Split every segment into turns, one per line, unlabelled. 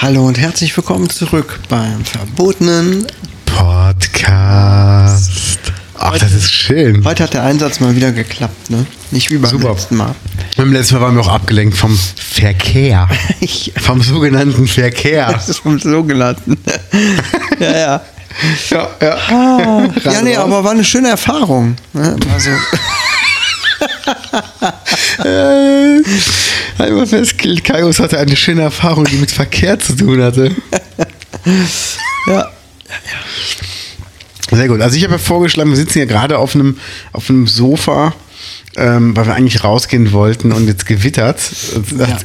Hallo und herzlich willkommen zurück beim verbotenen.
Podcast. Ach, das ist schön.
Heute hat der Einsatz mal wieder geklappt, ne? Nicht wie beim
Super.
letzten Mal.
Beim letzten Mal waren wir auch abgelenkt vom Verkehr.
Ich-
Vom sogenannten Verkehr.
Das ist vom sogenannten. ja, ja. Ah,
Ja, ja.
Ja, nee, aber war eine schöne Erfahrung. Ne? Also,
Äh, einmal festgelegt, Kaius hatte eine schöne Erfahrung, die mit Verkehr zu tun hatte.
ja.
Sehr gut. Also ich habe ja vorgeschlagen, wir sitzen hier gerade auf einem, auf einem Sofa, ähm, weil wir eigentlich rausgehen wollten und jetzt gewittert.
Ja.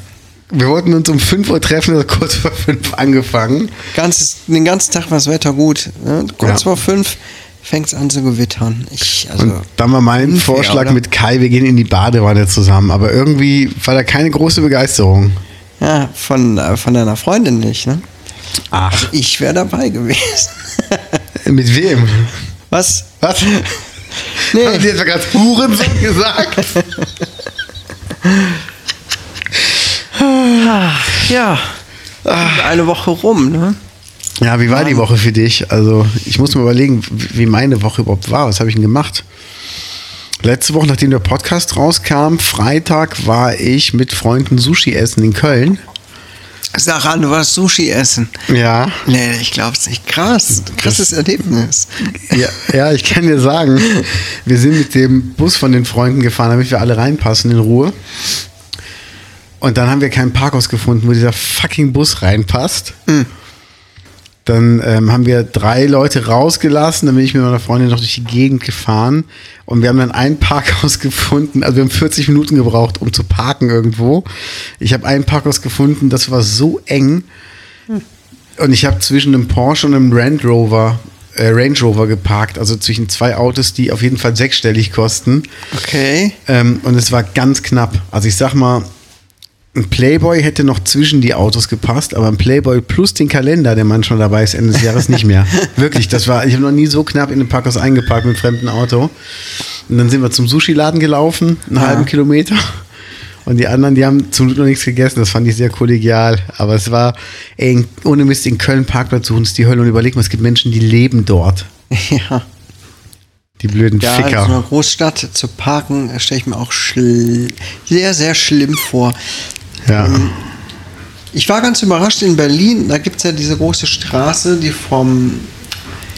Wir wollten uns um 5 Uhr treffen, also kurz vor 5 angefangen.
Ganzes, den ganzen Tag war das Wetter gut. Ne? Kurz
Ja.
vor fünf fängt es an zu gewittern. Ich, also,
Und dann war mein
unfair,
Vorschlag
oder?
mit Kai, wir gehen in die Badewanne zusammen. Aber irgendwie war da keine große Begeisterung.
ja, von, äh, von deiner Freundin nicht, ne?
Ach.
Ich wäre dabei gewesen.
Mit wem?
Was?
Was?
Nee.
Haben Sie jetzt mal ganz Hurensohn gesagt?
Ja.
Ah.
Eine Woche rum, ne?
Ja, wie war die Woche für dich? Also, ich muss mir überlegen, wie meine Woche überhaupt war. Was habe ich denn gemacht? Letzte Woche, nachdem der Podcast rauskam, Freitag war ich mit Freunden Sushi essen in Köln.
Sag an, du warst Sushi essen.
Ja.
Nee, ich glaub's nicht. Krass. Krasses Erlebnis.
Ja, ja, ich kann dir sagen, wir sind mit dem Bus von den Freunden gefahren, damit wir alle reinpassen in Ruhe. Und dann haben wir keinen Parkhaus gefunden, wo dieser fucking Bus reinpasst. Dann ähm, haben wir drei Leute rausgelassen, dann bin ich mit meiner Freundin noch durch die Gegend gefahren. Und wir haben dann ein Parkhaus gefunden. Also wir haben 40 Minuten gebraucht, um zu parken irgendwo. Ich habe ein Parkhaus gefunden, das war so eng. Und ich habe zwischen einem Porsche und einem Range Rover, äh, Range Rover geparkt, also zwischen zwei Autos, die auf jeden Fall sechsstellig kosten.
Okay.
Ähm, und es war ganz knapp. Also ich sag mal, ein Playboy hätte noch zwischen die Autos gepasst, aber ein Playboy plus den Kalender, der manchmal dabei ist, Ende des Jahres nicht mehr. Wirklich, das war, ich habe noch nie so knapp in den Parkhaus eingeparkt mit einem fremden Auto. Und dann sind wir zum Sushi-Laden gelaufen, einen
Ja.
halben Kilometer. Und die anderen, die haben zum Glück noch nichts gegessen. Das fand ich sehr kollegial. Aber es war, ey, in- ohne Mist, in Köln Parkplatz suchen ist die Hölle. Und überleg mal, es gibt Menschen, die leben dort.
Ja.
Die blöden
Ja, also, in so
Ficker.
einer Großstadt zu parken, stelle ich mir auch schl sehr, sehr schlimm vor.
ja.
mhm. Ich war ganz überrascht in Berlin, da gibt es ja diese große Straße, die vom,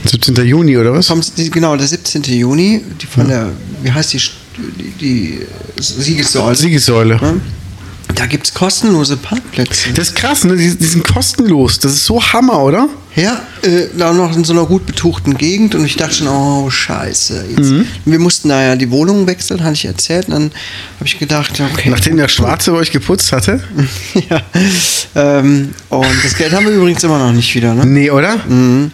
17. Juni, oder was?
vom die, genau, der 17. Juni, die
Mhm.
von der, wie heißt die, St- die, die Siegessäule.
Siegessäule.
Ne? Da gibt es kostenlose Parkplätze.
Das ist krass, ne? Die, die sind kostenlos. Das ist so Hammer, oder?
Ja, äh, da noch in so einer gut betuchten Gegend und ich dachte schon, oh scheiße. Jetzt.
Mhm.
Wir mussten da ja die Wohnung wechseln, hatte ich erzählt. Und dann habe ich gedacht, ja, okay.
Nachdem der Schwarze bei euch geputzt hatte?
ja. ähm, und das Geld haben wir übrigens immer noch nicht wieder, ne?
Nee, oder?
Mhm.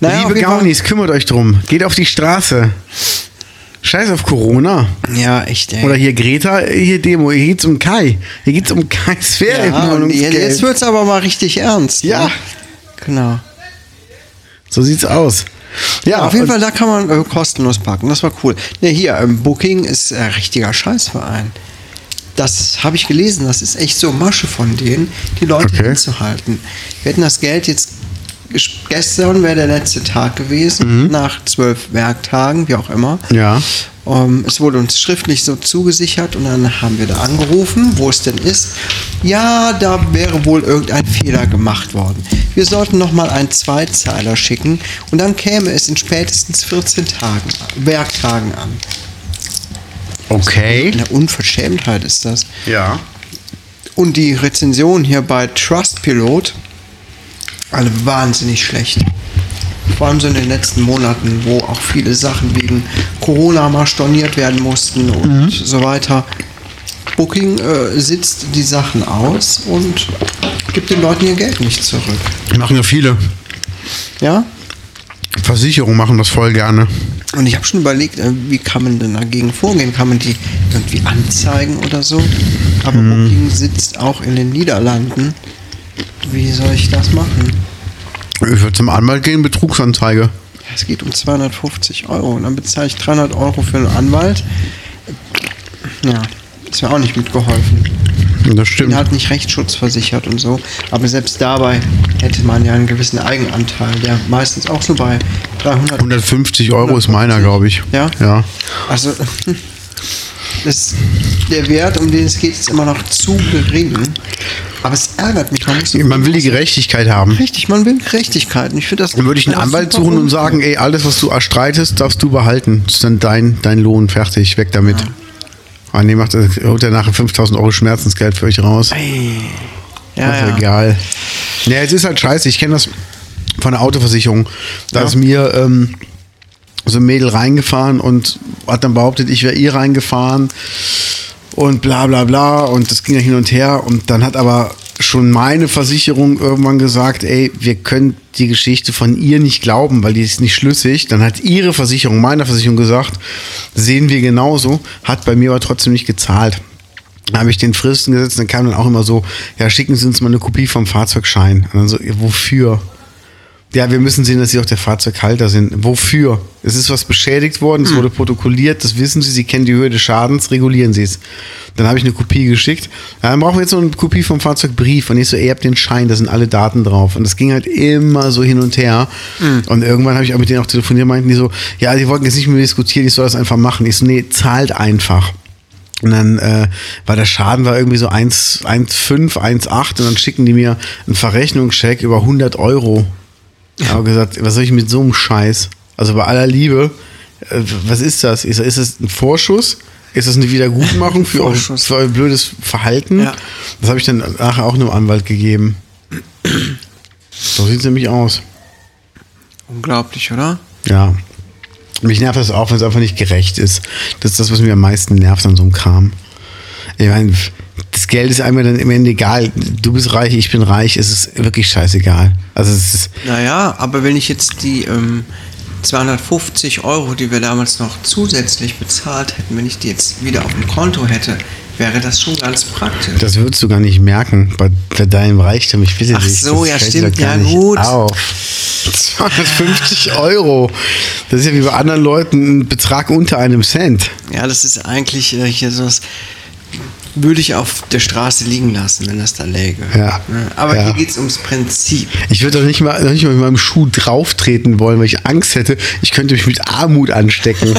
Naja, auf
Liebe
jeden Fall-
Gaunis, kümmert euch drum. Geht auf die Straße. Scheiß auf Corona.
Ja, echt, ey.
Oder hier Greta, hier Demo. Hier geht's um Kai. Hier geht's um Kais
ja, und jetzt,
Ferienwohnungsgeld.
jetzt wird es aber mal richtig ernst.
Ja.
Ne? Genau.
so sieht's aus. Ja,
Auf jeden
und-
Fall, da kann man äh, kostenlos parken. Das war cool. Ne, hier, ähm, Booking ist ein richtiger Scheißverein. Das habe ich gelesen. Das ist echt so Masche von denen, die Leute
Okay.
hinzuhalten. Wir hätten das Geld jetzt. ges- Gestern wäre der letzte Tag gewesen,
Mhm.
nach zwölf Werktagen, wie auch immer.
Ja.
Ähm, es wurde uns schriftlich so zugesichert und dann haben wir da angerufen, wo es denn ist. Ja, da wäre wohl irgendein Fehler gemacht worden. Wir sollten nochmal einen Zweizeiler schicken und dann käme es in spätestens 14 Tagen, Werktagen an.
Okay.
Eine Unverschämtheit ist das.
Ja.
Und die Rezension hier bei Trustpilot, alle wahnsinnig schlecht. Vor allem so in den letzten Monaten, wo auch viele Sachen wegen Corona mal storniert werden mussten und so weiter. Booking äh, sitzt die Sachen aus und gibt den Leuten ihr Geld nicht zurück.
Machen ja viele.
Ja?
Versicherungen machen das voll gerne.
Und ich habe schon überlegt, äh, wie kann man denn dagegen vorgehen? Kann man die irgendwie anzeigen oder so? Aber Booking sitzt auch in den Niederlanden. Wie soll ich das machen?
Ich würde zum Anwalt gehen, Betrugsanzeige.
Ja, Es geht um 250 Euro und dann bezahle ich 300 Euro für einen Anwalt. Ja, ist mir auch nicht mitgeholfen.
Das
Bin
stimmt.
halt nicht rechtsschutzversichert und so. Aber selbst dabei hätte man ja einen gewissen Eigenanteil, der meistens auch so bei 300
150 Euro ist meiner, glaube ich.
Ja?
Ja.
Also, das, der Wert, um den es geht, ist immer noch zu gering. Aber es ärgert mich. Man, muss
Man will die Gerechtigkeit haben.
richtig, man will Gerechtigkeit. Und Ich finde das.
Dann würde ich einen
das ist
Anwalt
super
suchen und
unfair.
sagen, ey, alles, was du erstreitest, darfst du behalten. Das ist dann dein, dein Lohn, fertig, weg damit. Ah, nee, macht, holt er nachher 5000 Euro Schmerzensgeld für euch raus.
Ey.
ist
Ja, ja.
egal. Naja, es ist halt scheiße. Ich kenne das von der Autoversicherung. Da
Ja.
ist mir ähm, so ein Mädel reingefahren und hat dann behauptet, ich wäre ihr reingefahren und bla bla bla. Und das ging ja hin und her. Und dann hat aber schon meine Versicherung irgendwann gesagt, ey, wir können die Geschichte von ihr nicht glauben, weil die ist nicht schlüssig. Dann hat ihre Versicherung, meiner Versicherung gesagt, sehen wir genauso, hat bei mir aber trotzdem nicht gezahlt. Da habe ich den Fristen gesetzt, dann kam dann auch immer so, ja, schicken Sie uns mal eine Kopie vom Fahrzeugschein. Und dann so, ja, wofür? Ja, wir müssen sehen, dass Sie auch der Fahrzeughalter sind. Wofür? Es ist was beschädigt worden, es wurde protokolliert, das wissen Sie, Sie kennen die Höhe des Schadens, regulieren Sie es. Dann habe ich eine Kopie geschickt. Ja, Dann brauchen wir jetzt noch eine Kopie vom Fahrzeugbrief. Und ich so, ihr habt den Schein, da sind alle Daten drauf. Und das ging halt immer so hin und her. Und irgendwann habe ich auch mit denen auch telefoniert, meinten die so, ja, die wollten jetzt nicht mehr diskutieren, ich soll das einfach machen. Ich so, nee, zahlt einfach. Und dann äh, war der Schaden war irgendwie so 1, 1,5, 1,8 und dann schicken die mir einen Verrechnungscheck über 100 Euro. Ich habe gesagt, was soll ich mit so einem Scheiß? Also bei aller Liebe, äh, was ist das? Ist, ist das ein Vorschuss? Ist das eine Wiedergutmachung für, euer-
Vorschuss.
für euer blödes Verhalten?
Ja.
Das habe ich dann nachher auch einem Anwalt gegeben. So sieht es nämlich aus.
Unglaublich, oder?
Ja. Mich nervt das auch, wenn es einfach nicht gerecht ist. Das ist das, was mir am meisten nervt an so einem Kram. Ich meine, das Geld ist einmal dann im Ende egal. Du bist reich, ich bin reich, es ist wirklich scheißegal. Also es ist,
Naja, aber wenn ich jetzt die ähm, 250 Euro, die wir damals noch zusätzlich bezahlt hätten, wenn ich die jetzt wieder auf dem Konto hätte, wäre das schon ganz praktisch.
das würdest du gar nicht merken bei, bei deinem Reichtum. Ich bitte
Ach
dich.
so,
das
ja,
fällt dir
stimmt,
doch gar
ja,
nicht
gut.
Auf. 250 Euro. Das ist ja wie bei anderen Leuten ein Betrag unter einem Cent.
Ja, das ist eigentlich äh, hier so was. Würde ich auf der Straße liegen lassen, wenn das da läge.
Ja.
Ne? Aber
Ja.
hier geht es ums Prinzip.
Ich würde doch nicht mal, noch nicht mal mit meinem Schuh drauftreten wollen, weil ich Angst hätte, ich könnte mich mit Armut anstecken.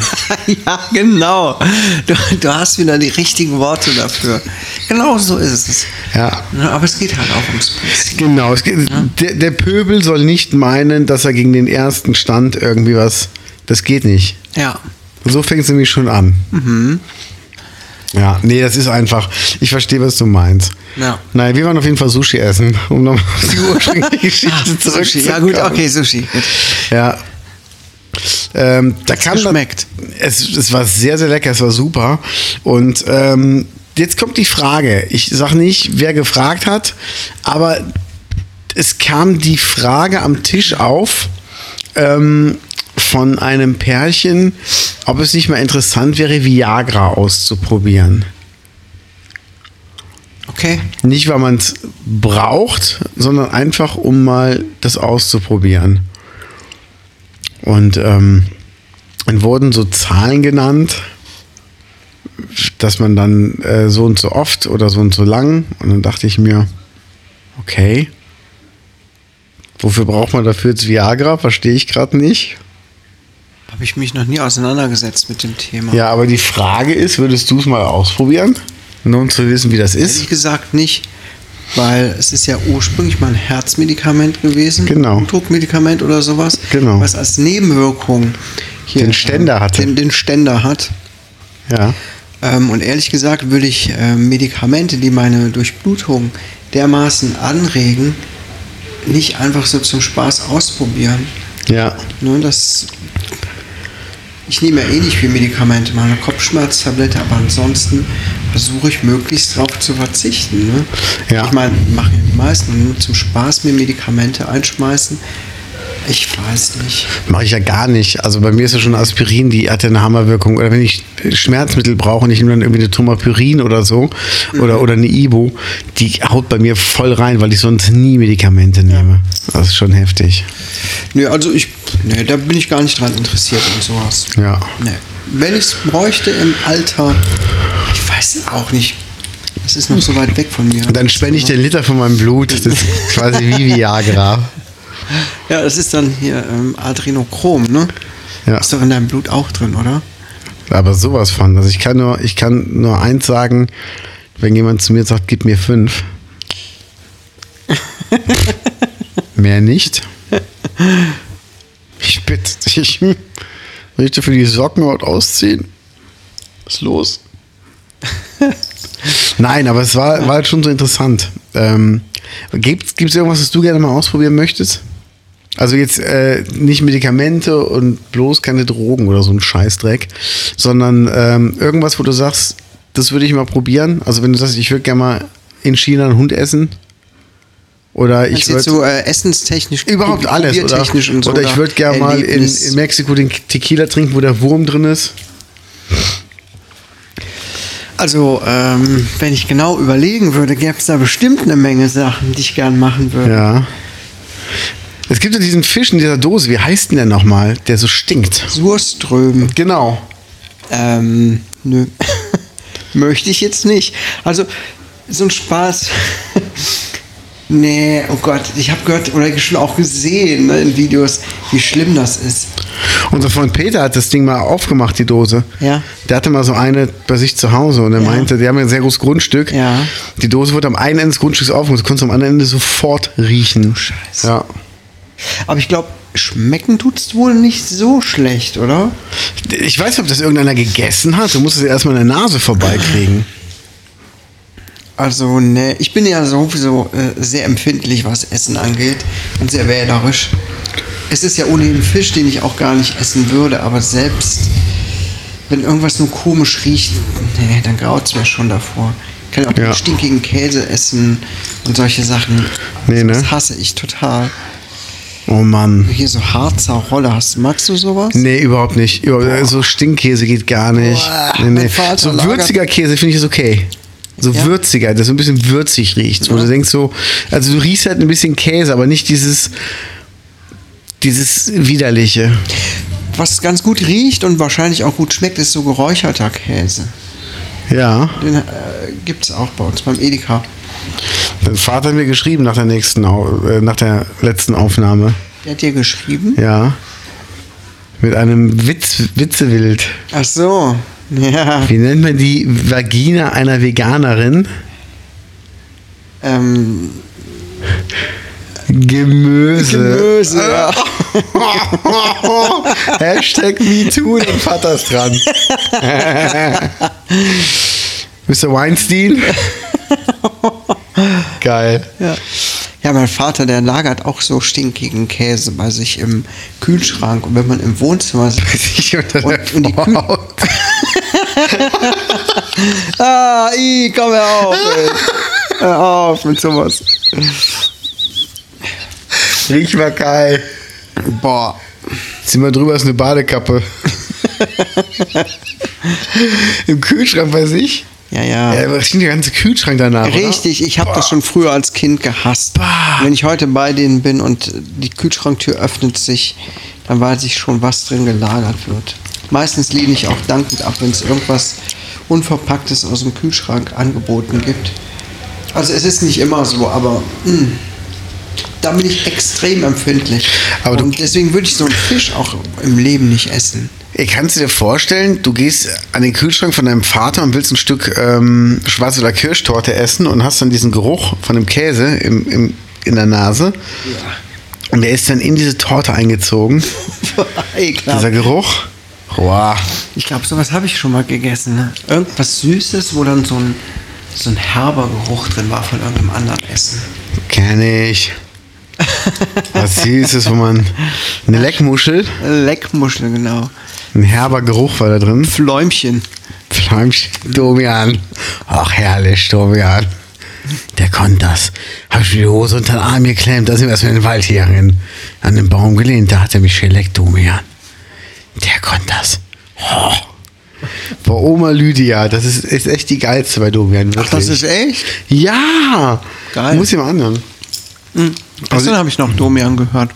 ja, genau. Du, du hast wieder die richtigen Worte dafür. Genau so ist es.
Ja.
Ne, Aber es geht halt auch ums Prinzip.
Genau, es geht, der, der Pöbel soll nicht meinen, dass er gegen den ersten Stand irgendwie was. Das geht nicht.
Ja.
So fängt es nämlich schon an.
Mhm.
Ja, nee, das ist einfach. Ich verstehe, was du meinst.
Ja.
Nein, wir waren auf jeden Fall Sushi essen, um nochmal auf die ursprüngliche Geschichte zurückzukommen.
Ah, Sushi. Ja, gut, okay, Sushi. Gut.
Ja. Ähm, da
Hat's
kam dann-
geschmeckt?
Es, es war sehr, sehr lecker, es war super. Und ähm, jetzt kommt die Frage. Ich sag nicht, wer gefragt hat, aber es kam die Frage am Tisch auf ähm, von einem Pärchen, ob es nicht mal interessant wäre, Viagra auszuprobieren.
Okay.
Nicht, weil man es braucht, sondern einfach, um mal das auszuprobieren. Und ähm, dann wurden so Zahlen genannt, dass man dann äh, so und so oft oder so und so lang. Und dann dachte ich mir, okay, wofür braucht man dafür jetzt Viagra? Verstehe ich gerade nicht.
Habe ich mich noch nie auseinandergesetzt mit dem Thema.
Ja, aber die Frage ist, würdest du es mal ausprobieren? Nur um zu wissen, wie das
Ehrlich
ist.
gesagt nicht, weil es ist ja ursprünglich mal ein Herzmedikament gewesen.
Genau.
Ein Druckmedikament oder sowas.
Genau.
Was als Nebenwirkung hier ähm,
Den Ständer hatte.
Den, den Ständer hat.
Ja.
Ähm, und ehrlich gesagt würde ich äh, Medikamente, die meine Durchblutung dermaßen anregen, nicht einfach so zum Spaß ausprobieren.
Ja.
Ne, das ich nehme ja eh nicht viel Medikamente, meine Kopfschmerztablette, aber ansonsten versuche ich möglichst darauf zu verzichten. Ne?
Ja.
Ich meine, machen die meisten nur zum Spaß mir Medikamente einschmeißen. Ich weiß nicht.
Mache ich ja gar nicht. Also bei mir ist ja schon Aspirin, die hat ja eine Hammerwirkung. Oder wenn ich Schmerzmittel brauche und ich nehme dann irgendwie eine Tomapyrin oder so oder, oder eine Ibo, die haut bei mir voll rein, weil ich sonst nie Medikamente nehme. Das ist schon heftig.
Nö, also ich. Nee, da bin ich gar nicht dran interessiert und sowas.
Ja.
Nee. Wenn ich es bräuchte im Alter, ich weiß auch nicht. Das ist noch so weit weg von mir.
Und dann spende ich den Liter von meinem Blut. Das ist quasi wie Viagra.
Ja, das ist dann hier ähm, Adrenochrom, ne?
Ja.
Ist doch in deinem Blut auch drin, oder?
Aber sowas von. Also ich kann nur, ich kann nur eins sagen, wenn jemand zu mir sagt, gib mir fünf. Mehr nicht. Ich bitte dich. Möchte für die Socken heute ausziehen? Was ist los? Nein, aber es war, war halt schon so interessant. Ähm, gibt es irgendwas, was du gerne mal ausprobieren möchtest? Also jetzt äh, nicht Medikamente und bloß keine Drogen oder so ein Scheißdreck, sondern ähm, irgendwas, wo du sagst, das würde ich mal probieren. Also wenn du sagst, ich würde gerne mal in China einen Hund essen. Oder ich
Meinst du
würde
jetzt so äh, essenstechnisch,
überhaupt alles oder,
probiertechnisch und so.
oder ich würde gerne mal in,
Erlebnis-
in Mexiko den Tequila trinken, wo der Wurm drin ist.
Also, ähm, wenn ich genau überlegen würde, gäbe es da bestimmt eine Menge Sachen, die ich gern machen würde.
Ja. Es gibt ja diesen Fisch in dieser Dose, wie heißt denn der nochmal, der so stinkt?
Surströmen.
Genau.
Ähm, nö. Möchte ich jetzt nicht. Also, so ein Spaß. nee, oh Gott, ich habe gehört oder schon auch gesehen ne, in Videos, wie schlimm das ist.
Unser Freund Peter hat das Ding mal aufgemacht, die Dose.
Ja.
Der hatte mal so eine bei sich zu Hause und er
Ja.
meinte, die haben ja ein sehr großes Grundstück.
Ja.
Die Dose wurde am einen Ende des Grundstücks aufgemacht, du konntest am anderen Ende sofort riechen. Du
Oh, Scheiße.
Ja.
Aber ich glaube, schmecken tut's wohl nicht so schlecht, oder?
Ich weiß nicht, ob das irgendeiner gegessen hat. Du musst es ja erstmal in der Nase vorbeikriegen.
Also, ne, ich bin ja sowieso äh, sehr empfindlich, was Essen angeht und sehr wählerisch. Es ist ja ohnehin Fisch, den ich auch gar nicht essen würde, aber selbst wenn irgendwas nur komisch riecht, ne, dann graut es mir schon davor. Ich kann ja auch
Ja.
den stinkigen Käse essen und solche Sachen.
Nee, ne?
Das hasse ich total.
Oh Mann.
Hier so Harzer Rolle hast. Magst du sowas?
Nee, überhaupt nicht. Über so Stinkkäse geht gar nicht.
Boah,
nee, nee.
mein Vater
So
lagert-
würziger Käse finde ich ist okay. So
Ja?
würziger, das so ein bisschen würzig riecht. Wo du denkst so, also du riechst halt ein bisschen Käse, aber nicht dieses, dieses widerliche.
Was ganz gut riecht und wahrscheinlich auch gut schmeckt, ist so geräucherter Käse.
Ja.
Den äh, gibt es auch bei uns beim Edeka.
Dein Vater hat mir geschrieben nach der nächsten, Au- äh, nach der letzten Aufnahme.
Der hat dir geschrieben?
Ja. Mit einem Witz, Witzewild.
Ach so. Ja.
Wie nennt man die Vagina einer Veganerin?
Ähm,
Gemüse.
Gemüse. Ja.
Hashtag MeToo, den Vaters dran. Mr. Weinstein. Geil.
Ja. ja, mein Vater, der lagert auch so stinkigen Käse bei sich im Kühlschrank. Und wenn man im Wohnzimmer sitzt.
Ich unter der
Und- und die Kü-
Haut.
ah, i, komm hör auf, ey. Hör auf mit sowas.
Riech mal geil.
Boah.
Zieh mal drüber, ist eine Badekappe. Im Kühlschrank bei sich?
Ja, ja.
Ja, aber riecht der ganze Kühlschrank danach.
Ah. Richtig, ich habe das schon früher als Kind gehasst.
Bah.
Und Wenn ich heute bei denen bin und die Kühlschranktür öffnet sich, dann weiß ich schon, was drin gelagert wird. Meistens lehne ich auch dankend ab, wenn es irgendwas Unverpacktes aus dem Kühlschrank angeboten gibt. Also es ist nicht immer so, aber mh, da bin ich extrem empfindlich.
Aber du-
und deswegen würde ich so einen Fisch auch im Leben nicht essen.
Ey, kannst du dir vorstellen, du gehst an den Kühlschrank von deinem Vater und willst ein Stück ähm, Schwarz- oder Kirschtorte essen und hast dann diesen Geruch von dem Käse im, im, in der Nase. Und der ist dann in diese Torte eingezogen. Dieser
Ekelhaft.
Geruch. Boah.
Ich glaube, sowas habe ich schon mal gegessen. Ne? Irgendwas Süßes, wo dann so ein, so ein herber Geruch drin war von irgendeinem anderen Essen.
Kenn ich. Was Süßes, wo man. Eine Leckmuschel.
Leckmuschel, genau.
Ein herber Geruch war da drin.
Fläumchen.
Flammsch, Domian. Ach, herrlich, Domian. Der konnte das. Hab ich mir die Hose unter den Arm geklemmt, da sind wir erstmal in den Wald gegangen. An den Baum gelehnt, da hat er mich Schelektomian. Der konnte das. Oh. Bei Oma Lydia, das ist, ist echt die geilste bei Domian.
Ach, das ist echt?
Ja!
Geil.
Muss ich mal anhören.
Gestern habe ich noch Domian gehört.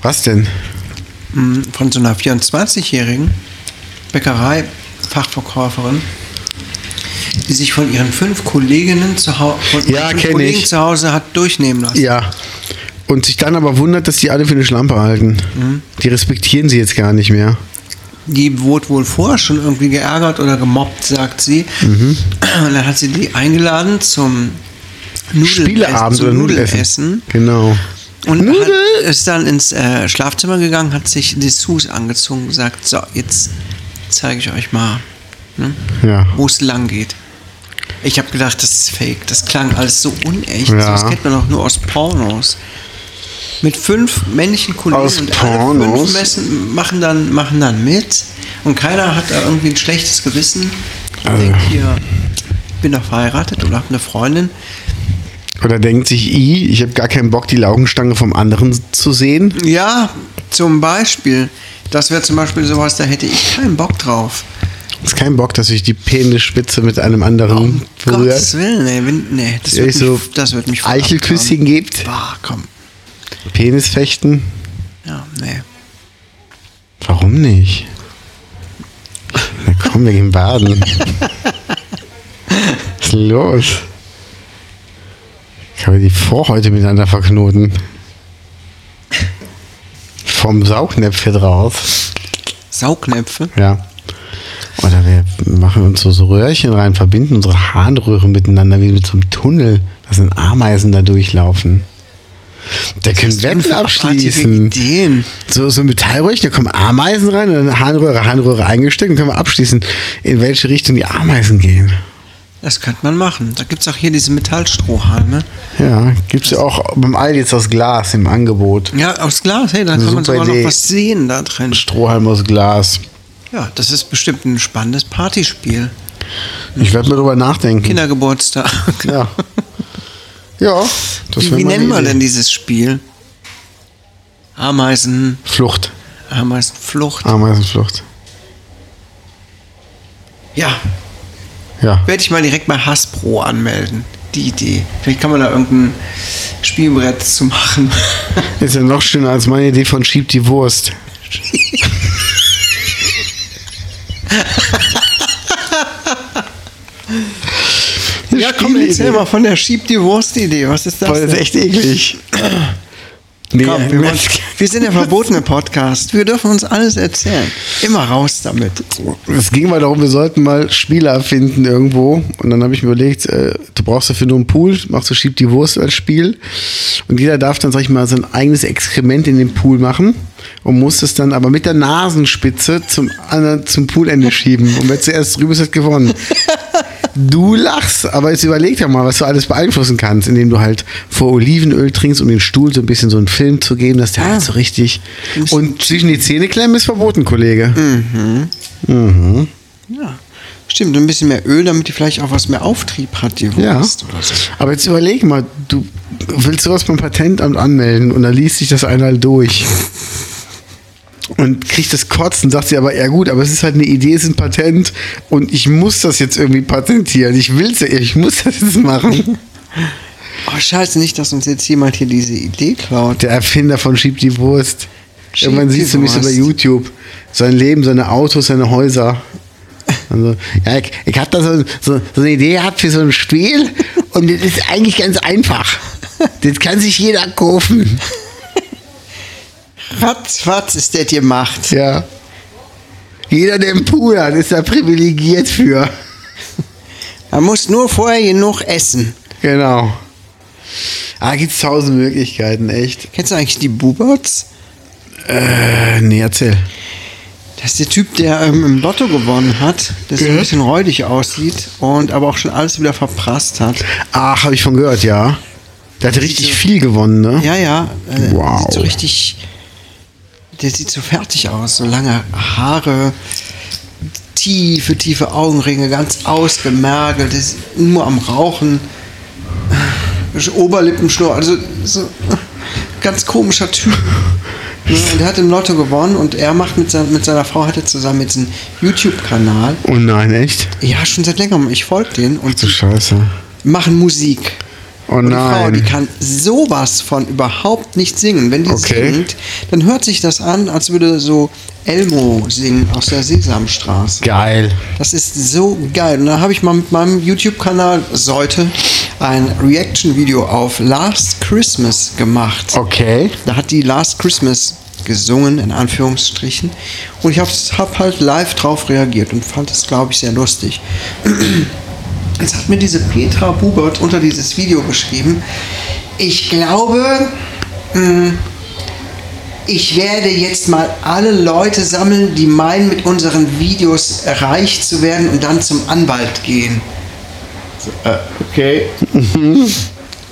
Was denn?
Mm, Von so einer 24-jährigen Bäckerei-Fachverkäuferin, die sich von ihren fünf Kolleginnen zu, Hau von
Ja,
fünf
kenn
Kollegen
ich.
zu Hause hat durchnehmen lassen.
Ja. Und sich dann aber wundert, dass die alle für eine Schlampe halten.
Mhm.
Die respektieren sie jetzt gar nicht mehr.
Die wurde wohl vorher schon irgendwie geärgert oder gemobbt, sagt sie. Und dann hat sie die eingeladen zum Nudelessen,
Spieleabend
zum
oder Nudelessen.
Nudelessen.
Genau.
Und
Nudel?
hat, ist dann ins äh, Schlafzimmer gegangen, hat sich Dessous angezogen und gesagt, so, jetzt zeige ich euch mal, ne,
Ja.
wo es lang geht. Ich habe gedacht, das ist fake. Das klang alles so unecht. So,
Ja.
das kennt man doch nur aus Pornos. Mit fünf männlichen Kollegen
Aus
und alle
Pornos?
fünf messen, machen, dann, machen dann mit. Und keiner hat da irgendwie ein schlechtes Gewissen. Ich
Also.
denke hier, ich bin doch verheiratet oder habe eine Freundin.
Oder denkt sich, I, ich habe gar keinen Bock, die Laugenstange vom anderen zu sehen.
Ja, zum Beispiel. Das wäre zum Beispiel sowas, da hätte ich keinen Bock drauf.
Ist kein Bock, dass ich die Penisspitze mit einem anderen berührt.
Gottes Willen, ey, wenn, nee, Oh das wird,
Ehrlich
mich,
so
das wird mich verdammt
Eichelküsschen
haben.
gibt,
Bah, komm.
Penisfechten.
Ja, nee.
Warum nicht? Na komm, wir gehen baden. Was ist denn los? Ich habe die Vorhäute miteinander verknoten. Vom Saugnäpfchen raus.
Saugnäpfe?
Ja. Oder wir machen uns so, so Röhrchen rein, verbinden unsere Harnröhre miteinander wie mit so einem Tunnel, dass dann Ameisen da durchlaufen. Der können Wetten abschließen.
Ideen.
So, so ein Metallröhrchen, da kommen Ameisen rein und dann Harnröhre, Harnröhre eingesteckt und können wir abschließen, in welche Richtung die Ameisen gehen.
Das könnte man machen. Da gibt es auch hier diese Metallstrohhalme.
Ja, gibt es ja auch beim Aldi jetzt das Glas im Angebot.
Ja, aus Glas, hey, da kann man
Super
sogar
Idee.
noch was sehen da drin.
Strohhalm aus Glas.
Ja, das ist bestimmt ein spannendes Partyspiel.
Ich werde mal drüber nachdenken.
Genau. Kindergeburtstag.
Ja. Ja, das
Wie,
wär
wie
meine
nennen wir
Idee.
denn dieses Spiel? Ameisen,
Flucht.
Ameisenflucht.
Ah. Ameisenflucht.
Ja,
Ja.
werde ich mal direkt bei Hasbro anmelden. Die Idee. Vielleicht kann man da irgendein Spielbrett zu machen.
Ist ja noch schöner als meine Idee von Schieb die Wurst.
ja, komm,
Spielidee.
erzähl mal von der Schieb die Wurst-Idee. Was ist das?
Boah, das ist
denn?
echt eklig. ne. Nee,
Komm, wir, wollen, wir sind der verbotene Podcast. Wir dürfen uns alles erzählen. Immer raus damit.
Es ging mal darum, wir sollten mal Spieler finden irgendwo. Und dann habe ich mir überlegt, äh, du brauchst dafür nur einen Pool, machst du Schieb die Wurst als Spiel. Und jeder darf dann, sag ich mal, sein eigenes Exkrement in den Pool machen und muss es dann aber mit der Nasenspitze zum, anderen- zum Poolende schieben. Und wer zuerst drüben ist, hat gewonnen. Du lachst, aber jetzt überleg dir mal, was du alles beeinflussen kannst, indem du halt vor Olivenöl trinkst, um dem Stuhl so ein bisschen so einen Film zu geben, dass der halt so richtig. Und zwischen die Zähne klemmen ist verboten, Kollege.
Ja. Stimmt, ein bisschen mehr Öl, damit die vielleicht auch was mehr Auftrieb hat, die
Ja.
Wurst. Oder so.
Aber jetzt überleg mal, du willst sowas beim Patentamt anmelden und dann liest sich das einer durch. Und kriegt das Kotzen, sagt sie aber, ja gut, aber es ist halt eine Idee, es ist ein Patent und ich muss das jetzt irgendwie patentieren. Ich will's ja, ich muss das jetzt machen.
Oh, scheiße, nicht, dass uns jetzt jemand hier diese Idee klaut.
Der Erfinder von Schieb die Wurst.
Schieb
Irgendwann
die
siehst du mich so bei
Wurst.
YouTube. Sein Leben, seine Autos, seine Häuser. Also, ja, ich, ich hab da so, so, so eine Idee gehabt für so ein Spiel und das ist eigentlich ganz einfach. Das kann sich jeder kaufen.
Ratzfatz ist das gemacht.
Ja. Jeder, der einen Pool hat, ist da privilegiert für.
Man muss nur vorher genug essen.
Genau. Ah, gibt's tausend Möglichkeiten, echt.
Kennst du eigentlich die Buberts?
Äh, nee, erzähl.
Das ist der Typ, der ähm, im Lotto gewonnen hat, der so ein bisschen räudig aussieht und aber auch schon alles wieder verprasst hat.
Ach, habe ich von gehört, ja. Der hatte richtig viel gewonnen, ne?
Ja, ja. Äh,
Wow.
Sieht so richtig. Der sieht so fertig aus. So lange Haare, tiefe, tiefe Augenringe, ganz ausgemergelt, ist nur am Rauchen. Äh, Oberlippenschnur, also so ganz komischer Typ. Ne, Und er hat im Lotto gewonnen und er macht mit seiner, mit seiner Frau, hat er zusammen jetzt einen YouTube-Kanal.
Oh nein, echt?
Ja, schon seit längerem. Ich folge den und
Du Scheiße.
machen Musik.
Oh
und die Frau,
nein.
die kann sowas von überhaupt nicht singen. Wenn die
Okay.
singt, dann hört sich das an, als würde so Elmo singen aus der Sesamstraße.
Geil.
Das ist so geil. Und da habe ich mal mit meinem YouTube-Kanal Seute ein Reaction-Video auf Last Christmas gemacht.
Okay.
Da hat die Last Christmas gesungen, in Anführungsstrichen. Und ich habe hab halt live drauf reagiert und fand das, glaube ich, sehr lustig. Jetzt hat mir diese Petra Bubert unter dieses Video geschrieben. Ich glaube, mh, ich werde jetzt mal alle Leute sammeln, die meinen, mit unseren Videos reich zu werden und dann zum Anwalt gehen. So, äh, okay.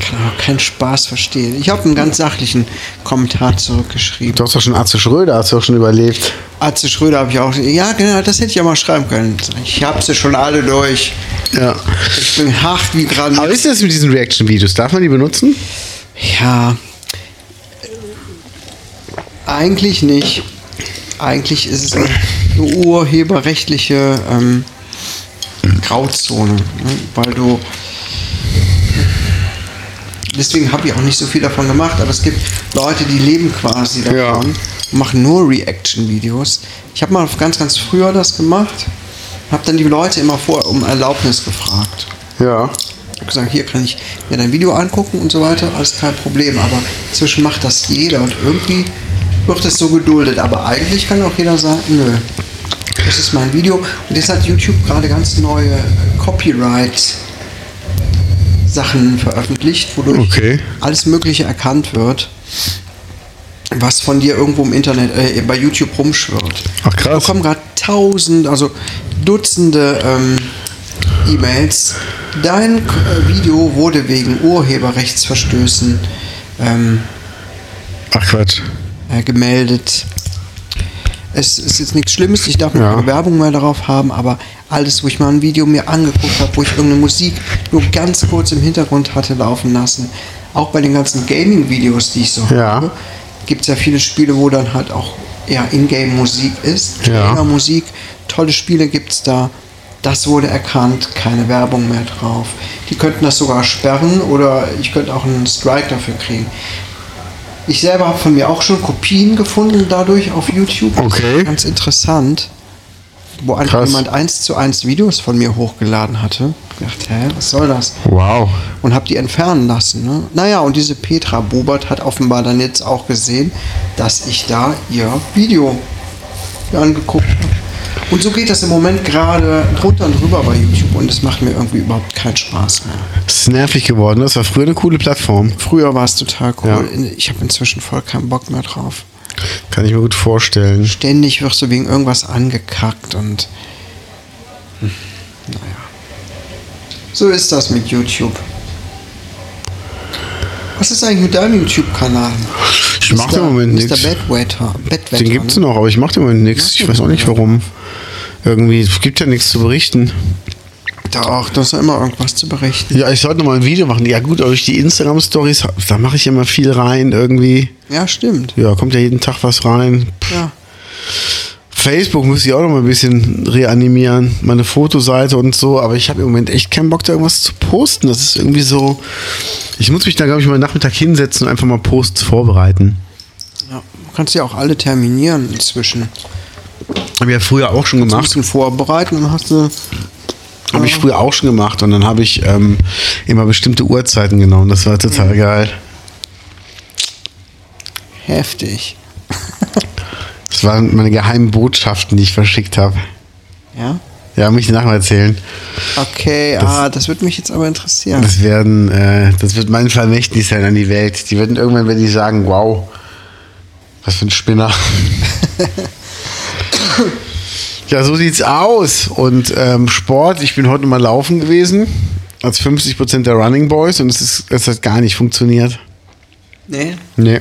Kann auch keinen Spaß verstehen. Ich habe einen ganz sachlichen Kommentar zurückgeschrieben.
Du hast doch schon Atze Schröder, hast du doch schon überlebt.
Atze Schröder habe ich auch. Ja, genau, das hätte ich ja mal schreiben können. Ich habe sie schon alle durch.
Ja.
Ich bin hart wie Granit.
Aber ist das mit diesen Reaction-Videos? Darf man die benutzen?
Ja. Eigentlich nicht. Eigentlich ist es eine urheberrechtliche ähm, Grauzone, ne? weil du. Deswegen habe ich auch nicht so viel davon gemacht, aber es gibt Leute, die leben quasi davon
Ja.
und machen nur Reaction-Videos. Ich habe mal ganz, ganz früher das gemacht, habe dann die Leute immer vor um Erlaubnis gefragt.
Ja.
Ich hab gesagt, hier kann ich mir dein Video angucken und so weiter, alles kein Problem. Aber inzwischen macht das jeder und irgendwie wird es so geduldet. Aber eigentlich kann auch jeder sagen, nö, das ist mein Video. Und jetzt hat YouTube gerade ganz neue Copyright-Sachen veröffentlicht, wodurch
Okay.
alles Mögliche erkannt wird, was von dir irgendwo im Internet, äh, bei YouTube rumschwirrt.
Ach,
Da
krass.
kommen gerade tausend, also Dutzende ähm, E-Mails. Dein äh, Video wurde wegen Urheberrechtsverstößen ähm,
Ach Quatsch.
äh, gemeldet. Es ist jetzt nichts Schlimmes, ich darf
Ja.
keine Werbung mehr darauf haben, aber alles, wo ich mal ein Video mir angeguckt habe, wo ich irgendeine Musik nur ganz kurz im Hintergrund hatte laufen lassen, auch bei den ganzen Gaming-Videos, die ich so
Ja.
habe, gibt es ja viele Spiele, wo dann halt auch ja, Ingame-Musik ist,
Ja.
Trailer-Musik, tolle Spiele gibt es da. Das wurde erkannt, keine Werbung mehr drauf. Die könnten das sogar sperren oder ich könnte auch einen Strike dafür kriegen. Ich selber habe von mir auch schon Kopien gefunden dadurch auf YouTube.
Okay.
Ganz interessant. Wo einfach
Krass.
jemand eins zu eins Videos von mir hochgeladen hatte. Ich dachte, hä, was soll das?
Wow.
Und habe die entfernen lassen. Ne? Naja, und diese Petra Bobert hat offenbar dann jetzt auch gesehen, dass ich da ihr Video mir angeguckt habe. Und so geht das im Moment gerade drunter und drüber bei YouTube und es macht mir irgendwie überhaupt keinen Spaß mehr.
Das ist nervig geworden. Das war früher eine coole Plattform.
Früher war es total cool.
Ja.
Ich habe inzwischen voll keinen Bock mehr drauf.
Kann ich mir gut vorstellen.
ständig wirst du wegen irgendwas angekackt und hm, naja. So ist das mit YouTube. Was ist eigentlich mit deinem YouTube-Kanal?
Ich mach im Moment
Mr.
nichts.
Bedwetter. Bedwetter.
Den gibt's
ne?
noch, aber ich mach im Moment nichts.
Machst
Ich
du
weiß auch
den
nicht
noch?
warum. Irgendwie, es gibt ja nichts zu berichten.
Da auch, da ist ja immer irgendwas zu berichten.
Ja, ich sollte noch mal ein Video machen. Ja gut, aber durch die Instagram-Stories, da mache ich immer viel rein irgendwie.
Ja, stimmt.
Ja, kommt ja jeden Tag was rein.
Ja.
Facebook muss ich auch noch mal ein bisschen reanimieren, meine Fotoseite und so, aber ich habe im Moment echt keinen Bock, da irgendwas zu posten. Das ist irgendwie so. Ich muss mich da, glaube ich, mal Nachmittag hinsetzen und einfach mal Posts vorbereiten.
ja. Du kannst ja auch alle terminieren inzwischen.
Hab ich ja früher auch schon
Du
gemacht.
musst ihn vorbereiten und hast du.
Habe ich früher auch schon gemacht und dann habe ich ähm, immer bestimmte Uhrzeiten genommen. Das war total geil.
Heftig.
Das waren meine geheimen Botschaften, die ich verschickt habe.
Ja?
Ja, muss ich dir nachher mal erzählen.
Okay, ah, das würde mich jetzt aber interessieren.
Das werden, äh, das wird mein Vermächtnis sein an die Welt. Die werden irgendwann, wenn die sagen, wow, was für ein Spinner. ja, so sieht's aus. Und ähm, Sport, ich bin heute mal laufen gewesen, als 50% der Running Boys und es, ist, es hat gar nicht funktioniert.
Nee.
Nee.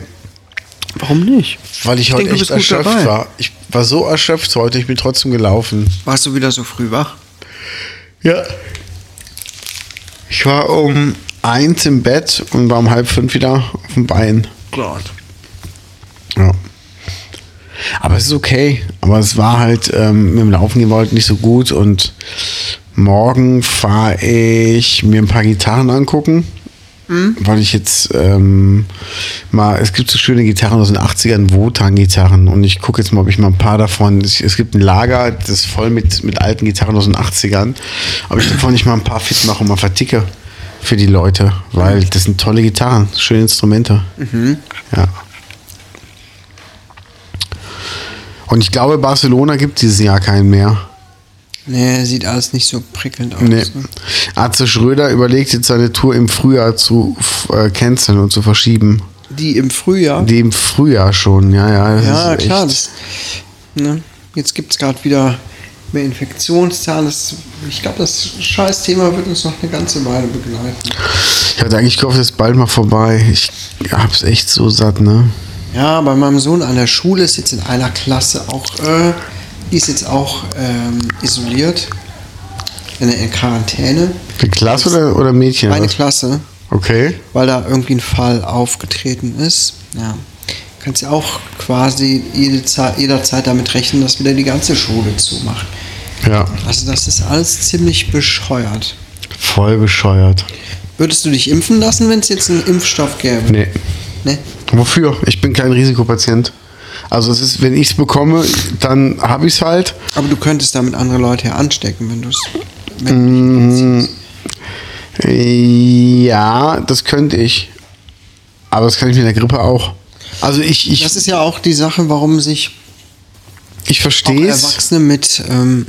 Warum nicht?
Weil ich, heute
denke, du
echt
bist gut
erschöpft
dabei.
war. Ich war so erschöpft heute, ich bin trotzdem gelaufen.
Warst du wieder so früh wach?
Ja. Ich war um eins im Bett und war um halb fünf wieder auf dem Bein.
Gott.
Ja. Aber es ist okay. Aber es war halt ähm, mit dem Laufen gehen war halt nicht so gut und morgen fahre ich mir ein paar Gitarren angucken. Weil ich jetzt ähm, mal, es gibt so schöne Gitarren aus den 80ern, Wotan-Gitarren. Und ich gucke jetzt mal, ob ich mal ein paar davon, es, es gibt ein Lager, das ist voll mit, mit alten Gitarren aus den 80ern, ob ich davon nicht mal ein paar fit mache und mal verticke für die Leute. Weil das sind tolle Gitarren, schöne Instrumente. Ja. Und ich glaube, Barcelona gibt dieses Jahr keinen mehr.
Nee, sieht alles nicht so prickelnd aus.
Nee.
ne?
Arze Schröder überlegt jetzt seine Tour im Frühjahr zu f- äh, canceln und zu verschieben.
Die im Frühjahr.
Die im Frühjahr schon, ja, ja. das
ja,
ist
klar.
echt-
Das, ne? Jetzt gibt es gerade wieder mehr Infektionszahlen. Das, ich glaube, das Scheißthema wird uns noch eine ganze Weile begleiten.
Ich hatte eigentlich gehofft, es ist bald mal vorbei. Ich hab's echt so satt, ne?
Ja, bei meinem Sohn an der Schule ist jetzt in einer Klasse auch, äh, die ist jetzt auch ähm, isoliert. In der in Quarantäne.
Eine Klasse oder, oder Mädchen?
Meine
oder was?
Klasse,
okay.
weil da irgendwie ein Fall aufgetreten ist. Ja. Kannst ja auch quasi jede Zeit, jederzeit damit rechnen, dass wieder die ganze Schule zumacht.
Ja.
Also das ist alles ziemlich bescheuert.
Voll bescheuert.
Würdest du dich impfen lassen, wenn es jetzt einen Impfstoff gäbe?
Nee.
Ne?
Wofür? Ich bin kein Risikopatient. Also es ist, wenn ich's bekomme, dann hab ich's halt.
Aber du könntest damit andere Leute ja anstecken, wenn du es.
Mm, Äh, Ja, das könnte ich. Aber das kann ich mit der Grippe auch. Also ich,
Das
ich,
ist ja auch die Sache, warum sich
ich
auch
verstehe es.
Erwachsene mit ähm,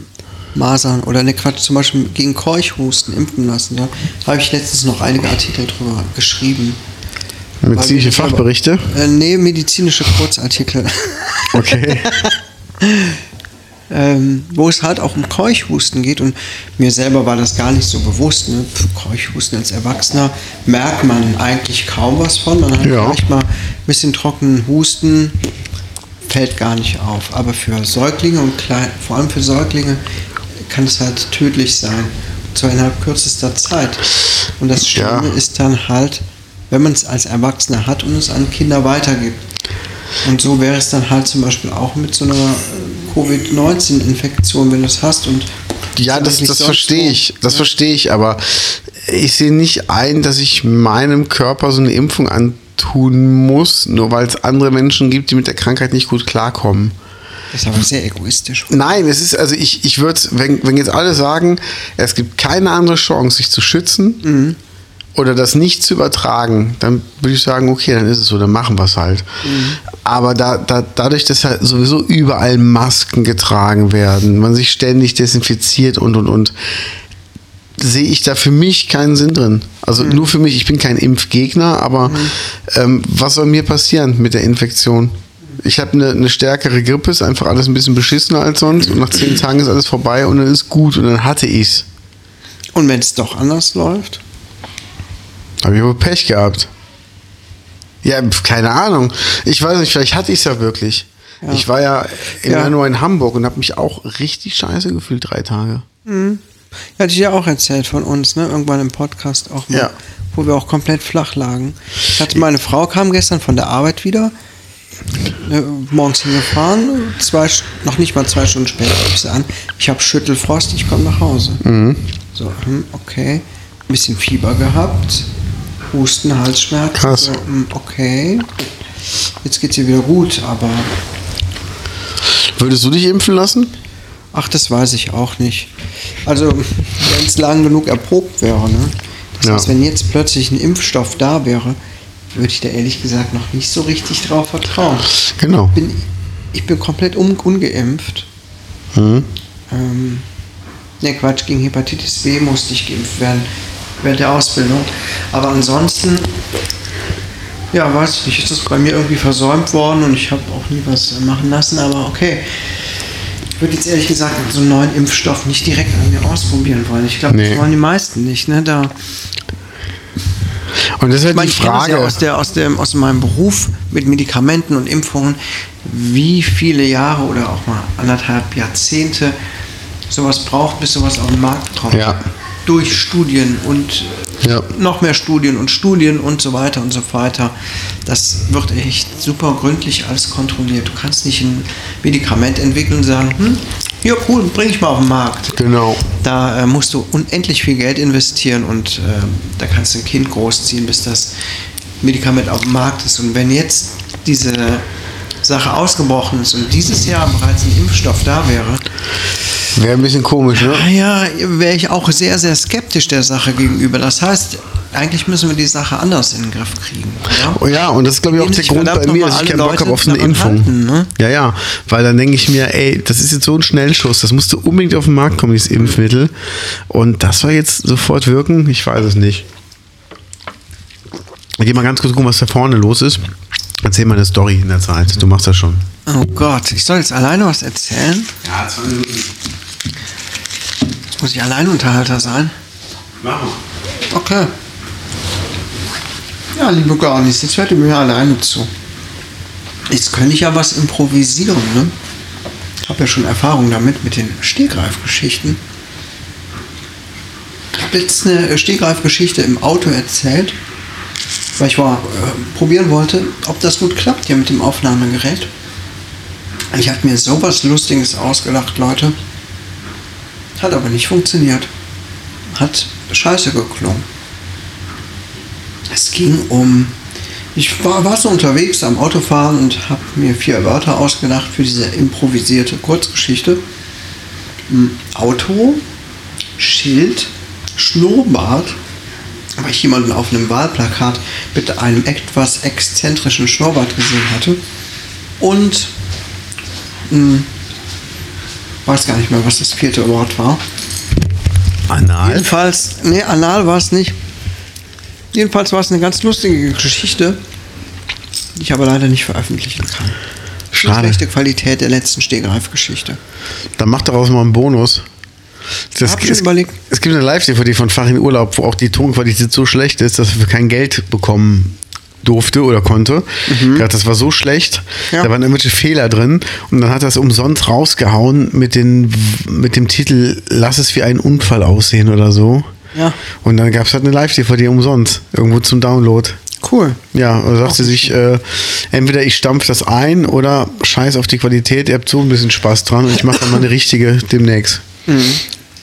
Masern oder ne Quatsch, zum Beispiel gegen Keuchhusten impfen lassen. Da habe ich letztens noch einige Artikel drüber geschrieben.
Medizinische
Weil wir-
Fachberichte.
Äh, nee, medizinische Kurzartikel.
Okay.
ähm, wo es halt auch um Keuchhusten geht. Und mir selber war das gar nicht so bewusst. Ne? Pff, Keuchhusten als Erwachsener merkt man eigentlich kaum was von. Man hat
Ja.
vielleicht mal ein bisschen trockenen Husten, fällt gar nicht auf. Aber für Säuglinge und klein, vor allem für Säuglinge kann es halt tödlich sein. Und zwar innerhalb kürzester Zeit. Und das Schlimme
Ja.
ist dann halt, wenn man es als Erwachsener hat und es an Kinder weitergibt. Und so wäre es dann halt zum Beispiel auch mit so einer äh, Covid-19-Infektion, wenn du es hast. Und
Ja, das,
wirklich
das
sonst
verstehe
wo.
ich. Das verstehe ich, aber ich sehe nicht ein, dass ich meinem Körper so eine Impfung antun muss, nur weil es andere Menschen gibt, die mit der Krankheit nicht gut klarkommen.
Das ist aber sehr egoistisch.
Nein, es ist, also ich, ich würde, wenn, wenn jetzt alle sagen, es gibt keine andere Chance, sich zu schützen oder das nicht zu übertragen, dann würde ich sagen, okay, dann ist es so, dann machen wir es halt. Aber da, da, dadurch, dass halt sowieso überall Masken getragen werden, man sich ständig desinfiziert und und und, sehe ich da für mich keinen Sinn drin.
Mhm.
Also nur für mich, ich bin kein Impfgegner, aber ähm, was soll mir passieren mit der Infektion? Ich habe eine ne stärkere Grippe, ist einfach alles ein bisschen beschissener als sonst und nach zehn Tagen ist alles vorbei und dann ist gut und dann hatte ich's.
Und wenn es doch anders läuft?
Habe ich wohl Pech gehabt. Ja, pf, keine Ahnung. Ich weiß nicht, vielleicht hatte ich es ja wirklich.
Ja.
Ich war ja im
Ja.
Januar in Hamburg und habe mich auch richtig scheiße gefühlt, drei Tage.
Ja, hatte ich ja auch erzählt von uns, ne? Irgendwann im Podcast auch mal,
Ja.
wo wir auch komplett flach lagen. Ich hatte meine Frau kam gestern von der Arbeit wieder, ne, morgens hingefahren, zwei, St- noch nicht mal zwei Stunden später rief sie an. Ich habe Schüttelfrost, ich komme nach Hause.
Mhm.
So, hm, okay. Ein bisschen Fieber gehabt, Husten, Halsschmerzen.
Krass.
So, hm, okay. Jetzt geht's ihr wieder gut, aber
Würdest du dich impfen lassen?
Ach, das weiß ich auch nicht. Also, wenn es lang genug erprobt wäre, ne? Das
Ja.
heißt, wenn jetzt plötzlich ein Impfstoff da wäre, würde ich da ehrlich gesagt noch nicht so richtig drauf vertrauen.
Genau.
Bin, ich bin komplett un ungeimpft.
Hm.
Ähm, ne, Quatsch, gegen Hepatitis B musste ich geimpft werden während der Ausbildung. Aber ansonsten, ja, weiß ich nicht, ist das bei mir irgendwie versäumt worden und ich habe auch nie was machen lassen, aber okay. Ich würde jetzt ehrlich gesagt so einen neuen Impfstoff nicht direkt an mir ausprobieren wollen. Ich glaube,
Nee.
das wollen die meisten nicht, ne? Da,
Und das ist halt
ich meine,
die
ich kenne das
Frage.
ja aus, der, aus, dem, aus meinem Beruf mit Medikamenten und Impfungen, wie viele Jahre oder auch mal anderthalb Jahrzehnte sowas braucht, bis sowas auf den Markt kommt.
Ja.
Durch Studien und
Ja.
noch mehr Studien und Studien und so weiter und so weiter. Das wird echt super gründlich alles kontrolliert. Du kannst nicht ein Medikament entwickeln und sagen, hm, ja cool, bring ich mal auf den Markt.
Genau.
Da äh, musst du unendlich viel Geld investieren und äh, da kannst du ein Kind großziehen, bis das Medikament auf dem Markt ist. Und wenn jetzt diese Sache ausgebrochen ist und dieses Jahr bereits ein Impfstoff da wäre,
Wäre ein bisschen komisch, ne?
ja, wäre ich auch sehr, sehr skeptisch der Sache gegenüber. Das heißt, eigentlich müssen wir die Sache anders in den Griff kriegen. Ja?
Oh ja, und das ist, glaube ich, auch
Nehmen
der
sich
Grund
verdammt
bei mir,
nochmal alle
dass ich keinen Bock
Leute
habe auf eine
daran
Impfung.
halten, ne?
Ja, ja, weil dann denke ich mir, ey, das ist jetzt so ein Schnellschuss, das musste unbedingt auf den Markt kommen, dieses Impfmittel. Und das soll jetzt sofort wirken? Ich weiß es nicht. Ich geh mal ganz kurz gucken, was da vorne los ist. Erzähl mal eine Story in der Zeit. Du machst das schon.
Oh Gott, ich soll jetzt alleine was erzählen?
Ja, zwei Minuten.
Muss ich Alleinunterhalter sein?
Machen.
Okay. Ja, liebe Garnis, jetzt hört ihr mir alleine zu. Jetzt könnte ich ja was improvisieren, ne? Ich habe ja schon Erfahrung damit, mit den Stegreifgeschichten. Ich habe letztens eine Stegreifgeschichte im Auto erzählt, weil ich war, äh, probieren wollte, ob das gut klappt hier mit dem Aufnahmegerät. Ich habe mir sowas Lustiges ausgedacht, Leute. Hat aber nicht funktioniert hat scheiße geklungen. Es ging um. Ich war, war so unterwegs am Autofahren und habe mir vier Wörter ausgedacht für diese improvisierte Kurzgeschichte. Hm, Auto, Schild, Schnurrbart, weil ich jemanden auf einem Wahlplakat mit einem etwas exzentrischen Schnurrbart gesehen hatte. Und hm, weiß gar nicht mehr, was das vierte Wort war.
Anal?
Jedenfalls, nee, anal war es nicht. Jedenfalls war es eine ganz lustige Geschichte, die ich aber leider nicht veröffentlichen kann.
Schade.
Schlechte Qualität der letzten Stegreif-Geschichte.
Dann mach daraus mal einen Bonus. Das,
Hab schon überlegt.
es gibt eine Live-DVD von Fach in Urlaub, wo auch die Tonqualität so schlecht ist, dass wir kein Geld bekommen durfte oder konnte. Ich dachte, das war so schlecht,
Mhm. Ja.
da waren irgendwelche Fehler drin und dann hat er es umsonst rausgehauen mit, den, mit dem Titel Lass es wie ein Unfall aussehen oder so.
Ja.
Und dann gab es halt eine Live-DVD umsonst, irgendwo zum Download.
Cool.
Ja, und sagt sie sich, äh, entweder ich stampfe das ein oder scheiß auf die Qualität, ihr habt so ein bisschen Spaß dran und ich mache dann mal eine richtige demnächst.
Mhm.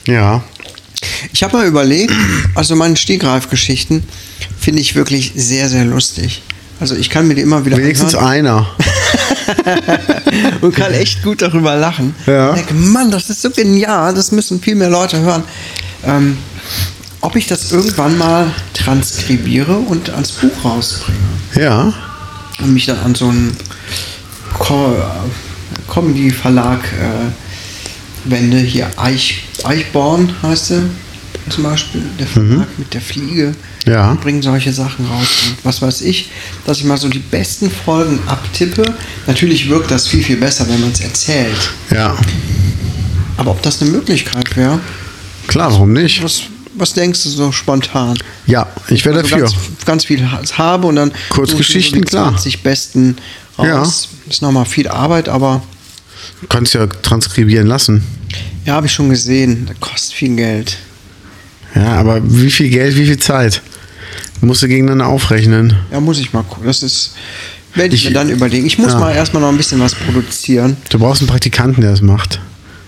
Ja.
Ich habe mal überlegt, also meine Stegreif-Geschichten finde ich wirklich sehr, sehr lustig. Also ich kann mir die immer wieder
Wenigstens
anhören
einer.
und kann echt gut darüber lachen.
Ja.
Ich denke, Mann, das ist so genial, das müssen viel mehr Leute hören. Ähm, ob ich das irgendwann mal transkribiere und als Buch rausbringe.
Ja.
und mich dann an so einen Co äh, Comedy-Verlag äh, wende. Hier Eich Eichborn heißt er zum Beispiel, der Verlag mit der Fliege.
Ja.
Die bringen solche Sachen raus. Und was weiß ich, dass ich mal so die besten Folgen abtippe. Natürlich wirkt das viel, viel besser, wenn man es erzählt.
Ja.
Aber ob das eine Möglichkeit wäre,
Klar, warum nicht?
was, was denkst du so spontan?
Ja, ich wäre
Also
dafür.
ganz, ganz viel ha- habe und dann
Kurzgeschichten,
suche ich so die
klar.
20 besten raus. Ist nochmal viel Arbeit, aber
Kannst ja transkribieren lassen.
ja, habe ich schon gesehen. Das kostet viel Geld.
Ja, aber wie viel Geld, wie viel Zeit? Musst du gegeneinander aufrechnen.
Ja, muss ich mal gucken. Das ist, werde ich,
Ich-
mir dann überlegen. Ich muss
Ja.
mal erstmal noch ein bisschen was produzieren.
Du brauchst einen Praktikanten, der das macht.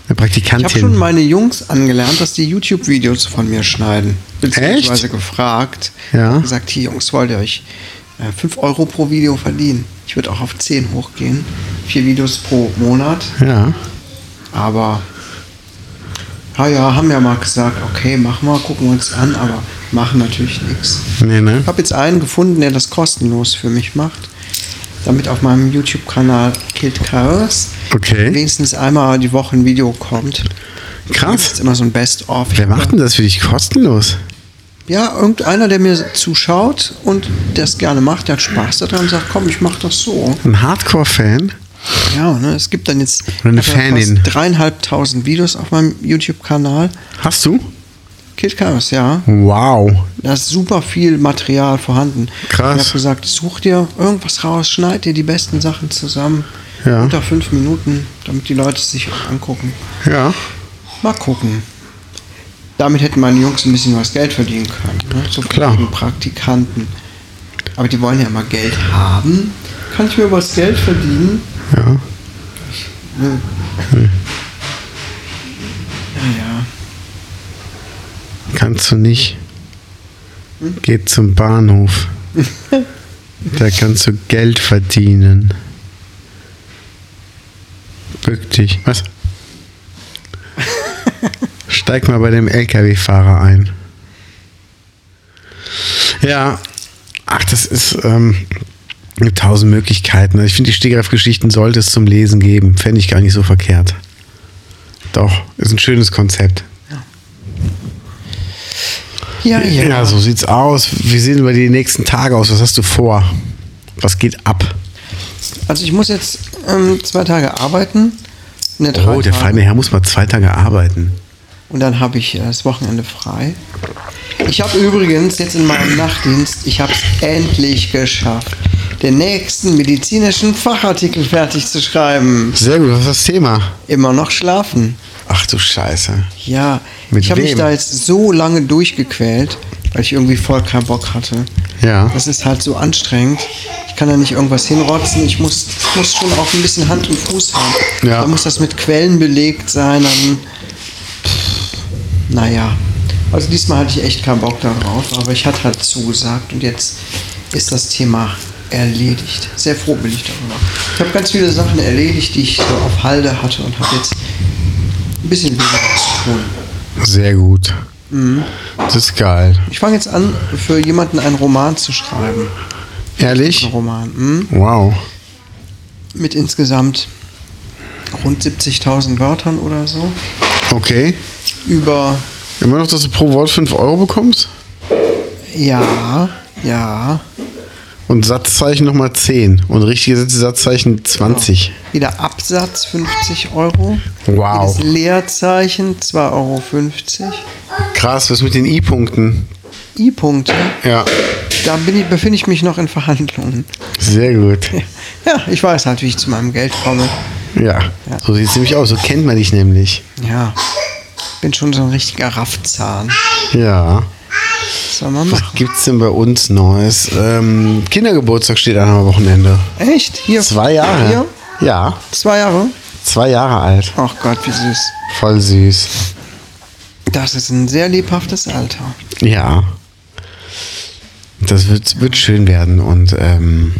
Eine
Ich
Praktikantin.
habe schon meine Jungs angelernt, dass die YouTube-Videos von mir schneiden. Beziehungsweise gefragt.
Ja.
Gesagt, hier Jungs, wollt ihr euch 5 Euro pro Video verdienen? Ich würde auch auf 10 hochgehen. Vier Videos pro Monat.
ja.
Aber, ja, ja, haben ja mal gesagt, okay, machen wir, gucken wir uns an, aber machen natürlich nichts.
Nee, ne?
Ich habe jetzt einen gefunden, der das kostenlos für mich macht, damit auf meinem YouTube-Kanal Killed Chaos
Okay.
wenigstens einmal die Woche ein Video kommt. Das
Krass.
ist immer so ein Best-of.
Wer macht denn das für dich kostenlos?
Ja, irgendeiner, der mir zuschaut und das gerne macht, der hat Spaß daran und sagt, komm, ich mach das so.
Ein Hardcore-Fan?
Ja, ne, es gibt dann jetzt
Eine
ich hab ja
Fanin.
fast dreieinhalbtausend Videos auf meinem YouTube-Kanal.
Hast du?
Killed Chaos, ja.
Wow.
Da ist super viel Material vorhanden.
Krass.
Ich habe gesagt, such dir irgendwas raus, schneid dir die besten Sachen zusammen.
Ja.
Unter fünf Minuten, damit die Leute es sich auch angucken.
Ja.
Mal gucken. Damit hätten meine Jungs ein bisschen was Geld verdienen können. Ne? So
Klar.
gegen Praktikanten. Aber die wollen ja immer Geld haben. Kann ich mir was Geld verdienen?
Ja.
Naja.
Kannst du nicht. Geh zum Bahnhof. da kannst du Geld verdienen. Bück dich. Was? Steig mal bei dem LKW-Fahrer ein. Ja. Ach, das ist ähm, gibt tausend Möglichkeiten. Also Ich finde, die Stegreif-Geschichten sollte es zum Lesen geben. Fände ich gar nicht so verkehrt. Doch, ist ein schönes Konzept.
Ja, ja.
Ja, so sieht's aus. Wie sehen über die nächsten Tage aus? Was hast du vor? Was geht ab?
Also ich muss jetzt ähm, zwei Tage arbeiten. Ne, drei
Oh, der
Tage.
feine Herr muss mal zwei Tage arbeiten.
Und dann habe ich äh, das Wochenende frei. Ich habe übrigens jetzt in meinem Nachtdienst, ich habe es endlich geschafft, den nächsten medizinischen Fachartikel fertig zu schreiben.
Sehr gut, was ist das Thema?
Immer noch schlafen.
Ach du Scheiße.
Ja,
Mit
ich habe mich
wem?
da jetzt so lange durchgequält, weil ich irgendwie voll keinen Bock hatte.
Ja.
Das ist halt so anstrengend. Ich kann da nicht irgendwas hinrotzen. Ich muss, ich muss schon auch ein bisschen Hand und Fuß haben.
Ja.
Da muss das mit Quellen belegt sein. Dann, naja. Also diesmal hatte ich echt keinen Bock darauf, aber ich hatte halt zugesagt und jetzt ist das Thema erledigt. Sehr froh bin ich darüber. Ich habe ganz viele Sachen erledigt, die ich so auf Halde hatte und habe jetzt ein bisschen weniger zu tun.
Sehr gut. Mhm. Das ist geil.
Ich fange jetzt an, für jemanden einen Roman zu schreiben.
Ehrlich?
Einen Roman. Hm?
Wow.
mit insgesamt rund 70.000 Wörtern oder so
Okay.
über
Immer noch, dass du pro Wort 5 Euro bekommst?
ja, ja,
Und Satzzeichen nochmal 10. Und richtige Sätze, Satzzeichen 20.
jeder Absatz 50 Euro,
Wow.
jedes Leerzeichen 2,50 Euro,
Krass, was mit den I-Punkten?
I-Punkte,
Ja.
da bin ich, befinde ich mich noch in Verhandlungen.
Sehr gut.
Ja, ich weiß halt, wie ich zu meinem Geld komme.
Ja.
Ja.
So sieht's nämlich aus. So kennt man dich nämlich.
Ja, bin schon so ein richtiger Raffzahn.
Ja.
Was soll man
Was
machen?
gibt's denn bei uns Neues? Ähm, Kindergeburtstag steht an am Wochenende.
Echt? Hier?
Zwei Jahre.
Hier?
Ja,
Zwei Jahre?
zwei Jahre alt.
Ach Gott, wie süß.
Voll süß.
Das ist ein sehr lebhaftes Alter.
Ja. Das wird, wird schön werden und ähm,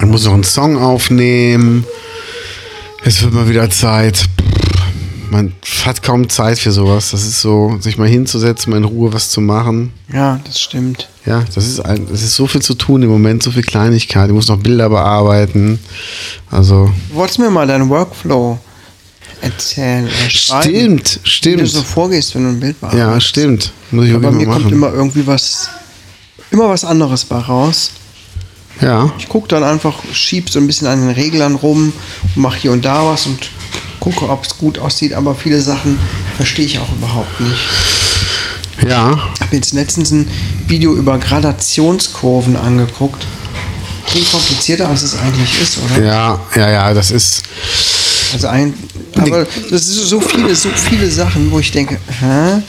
ich muss noch einen Song aufnehmen. Es wird mal wieder Zeit. Man hat kaum Zeit für sowas. Das ist so, sich mal hinzusetzen, mal in Ruhe was zu machen.
Ja, das stimmt.
Ja, das ist, ein, das ist so viel zu tun im Moment, so viel Kleinigkeit. Ich muss noch Bilder bearbeiten. Also.
Du wolltest mir mal deinen Workflow erzählen. Oder schreiben,
Stimmt,
Wie du so
stimmt.
vorgehst, wenn du ein Bild bearbeitest.
Ja, stimmt. Muss ich
Bei mir
irgendwie mal
kommt
machen.
immer irgendwie was, immer was anderes bei raus.
ja,
Ich gucke dann einfach, schieb so ein bisschen an den Reglern rum und mache hier und da was und gucke, ob es gut aussieht. Aber viele Sachen verstehe ich auch überhaupt nicht.
ja.
Ich habe jetzt letztens ein Video über Gradationskurven angeguckt. Klingt komplizierter, als es eigentlich ist, oder?
Ja, ja, ja, das ist.
Also ein, aber das ist so viele, so viele Sachen, wo ich denke, hä?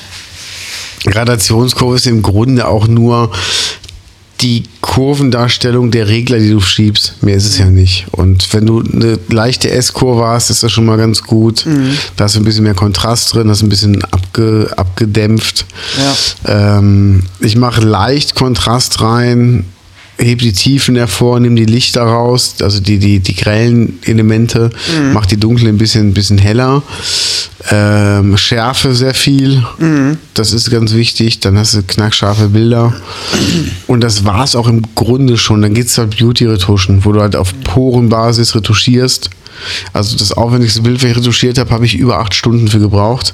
Gradationskurve ist im Grunde auch nur die Kurvendarstellung der Regler, die du schiebst. Mehr ist es ja nicht. Und wenn du eine leichte S-Kurve hast, ist das schon mal ganz gut.
Mhm.
Da hast du ein bisschen mehr Kontrast drin, hast ein bisschen abge, abgedämpft. Ähm, ich mache leicht Kontrast rein, heb die Tiefen hervor, nehme die Lichter raus, also die, die, die grellen Elemente, mach die dunklen ein bisschen, ein bisschen heller. Ähm, Schärfe sehr viel, das ist ganz wichtig. Dann hast du knackscharfe Bilder. Und das war es auch im Grunde schon. Dann geht es halt Beauty-Retuschen, wo du halt auf Porenbasis retuschierst. Also das aufwendigste Bild, welches ich retuschiert habe, habe ich über acht Stunden für gebraucht,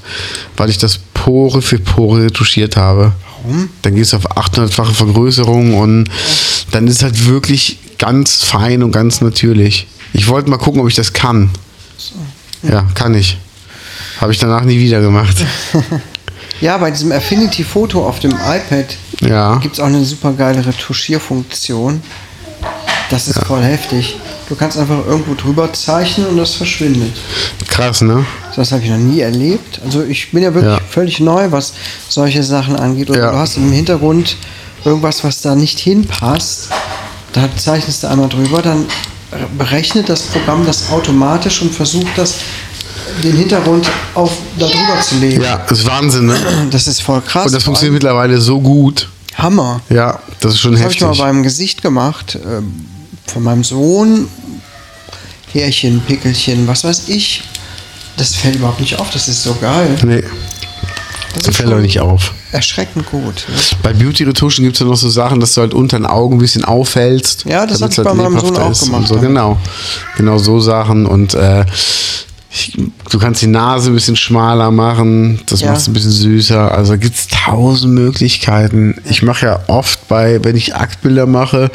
weil ich das Pore für Pore retuschiert habe. Warum? Dann gehst du auf 800-fache Vergrößerung und dann ist es halt wirklich ganz fein und ganz natürlich. Ich wollte mal gucken, ob ich das kann. Ja, kann ich. Habe ich danach nie wieder gemacht.
Ja, bei diesem Affinity Photo auf dem iPad
Ja.
gibt es auch eine super geile Retuschierfunktion. Das ist voll heftig. Du kannst einfach irgendwo drüber zeichnen und das verschwindet.
Krass, ne?
Das habe ich noch nie erlebt. Also ich bin ja wirklich
Ja.
völlig neu, was solche Sachen angeht. Und
Ja.
du hast im Hintergrund irgendwas, was da nicht hinpasst. Da zeichnest du einmal drüber, dann berechnet das Programm das automatisch und versucht das den Hintergrund auf darüber zu legen.
Ja, das ist Wahnsinn, ne?
Das ist voll krass.
Und das
Vor allem-
funktioniert mittlerweile so gut.
Hammer.
Ja, das ist schon
Das habe ich
heftig.
mal beim Gesicht gemacht. ähm, Von meinem Sohn. Härchen, Pickelchen, was weiß ich. Das fällt überhaupt nicht auf. Das ist so geil.
nee,
Das
das
ist
fällt doch
schon
nicht auf.
erschreckend gut. ne?
Bei Beauty-Retuschen gibt es ja noch so Sachen, dass du halt unter den Augen ein bisschen auffällst.
Ja, das hab
damit's halt
ich bei meinem
lebhafter
Sohn auch
ist und
gemacht,
So.
ja.
Genau. Genau so Sachen. Und äh, ich, du kannst die Nase ein bisschen schmaler machen. Das
Ja.
macht es ein bisschen süßer. Also gibt es tausend Möglichkeiten. Ich mache ja oft bei, wenn ich Aktbilder mache,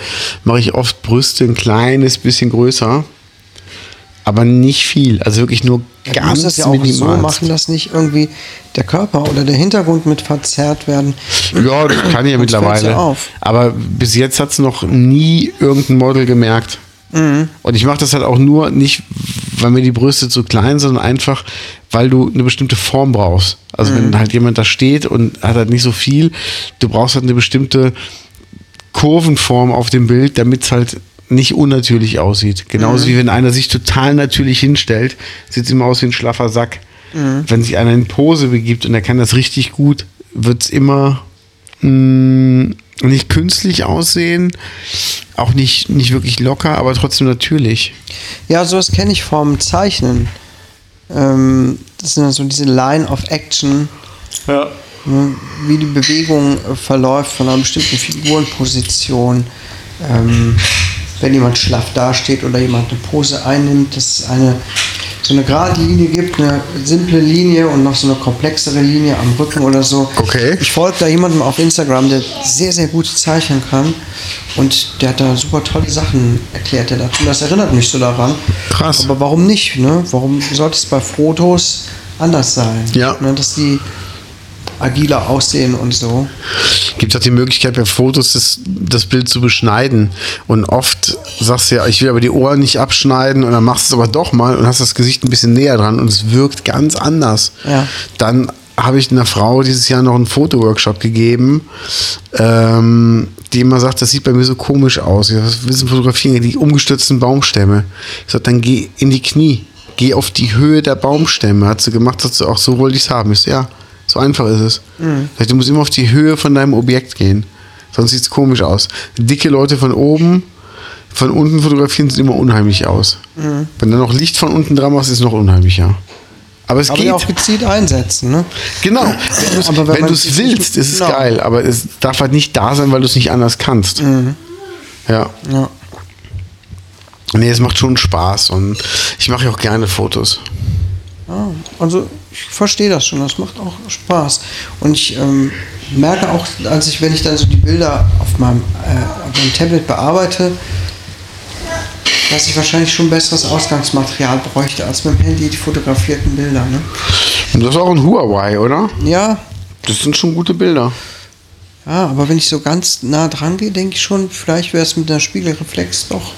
mache ich oft Brüste ein kleines bisschen größer. Aber nicht viel. Also wirklich nur
Ja, du
ganz
musst das ja auch so
minimalst.
machen, dass nicht irgendwie der Körper oder der Hintergrund mit verzerrt werden.
Ja, das kann ja
Sonst fällt's
mittlerweile.
ja auf.
Aber bis jetzt hat es noch nie irgendein Model gemerkt. Und ich mache das halt auch nur nicht, weil mir die Brüste zu klein sind, sondern einfach, weil du eine bestimmte Form brauchst. Also wenn halt jemand da steht und hat halt nicht so viel, du brauchst halt eine bestimmte Kurvenform auf dem Bild, damit es halt nicht unnatürlich aussieht. Genauso wie wenn einer sich total natürlich hinstellt, sieht es immer aus wie ein schlaffer Sack. Wenn sich einer in Pose begibt und er kann das richtig gut, wird es immer mh, nicht künstlich aussehen, auch nicht, nicht wirklich locker, aber trotzdem natürlich.
Ja, sowas kenne ich vom Zeichnen. Ähm, das sind dann so diese Line of Action, ne, wie die Bewegung äh, verläuft von einer bestimmten Figurenposition. Ähm, wenn jemand schlaff dasteht oder jemand eine Pose einnimmt, dass es eine, so eine gerade Linie gibt, eine simple Linie und noch so eine komplexere Linie am Rücken oder so.
Okay.
Ich folge da jemandem auf Instagram, der sehr, sehr gut zeichnen kann und der hat da super tolle Sachen erklärt. Der dazu. Das erinnert mich so daran.
Krass.
Aber warum nicht? Ne? Warum sollte es bei Fotos anders sein?
Ja.
Ne, dass die agiler aussehen und so.
Gibt auch die Möglichkeit, bei Fotos das, das Bild zu beschneiden. Und oft sagst du ja, ich will aber die Ohren nicht abschneiden und dann machst du es aber doch mal und hast das Gesicht ein bisschen näher dran und es wirkt ganz anders.
Ja.
Dann habe ich einer Frau dieses Jahr noch einen Fotoworkshop gegeben, ähm, die immer sagt, das sieht bei mir so komisch aus. Ich sag, Was willst du denn fotografieren? Die umgestürzten Baumstämme. Ich sage, dann geh in die Knie. Geh auf die Höhe der Baumstämme. Hat sie gemacht, hat sie auch so wollte ich es haben. Ich so, ja, so einfach ist es.
Mhm.
Ich sag, Du musst immer auf die Höhe von deinem Objekt gehen. Sonst sieht es komisch aus. Dicke Leute von oben, von unten fotografieren, sieht immer unheimlich aus.
Mhm.
Wenn dann noch Licht von unten dran machst, ist es noch unheimlicher. Aber es
Aber
geht.
ja auch gezielt einsetzen. Ne?
Genau. Wenn du's-
Aber wenn
wenn
man
du es
sich nicht-
willst, ist es
Genau.
geil, aber es darf halt nicht da sein, weil du es nicht anders kannst.
Mhm.
Ja.
Ja.
Nee, es macht schon Spaß und ich mache ja auch gerne Fotos.
Ja, also ich verstehe das schon, das macht auch Spaß. Und ich ähm, merke auch, als ich, wenn ich dann so die Bilder auf meinem, äh, auf meinem Tablet bearbeite, dass ich wahrscheinlich schon besseres Ausgangsmaterial bräuchte als mit dem Handy die fotografierten Bilder. Ne?
Und das ist auch ein Huawei, oder?
Ja,
Das sind schon gute Bilder.
ja, aber wenn ich so ganz nah dran gehe, denke ich schon, vielleicht wäre es mit einer Spiegelreflex doch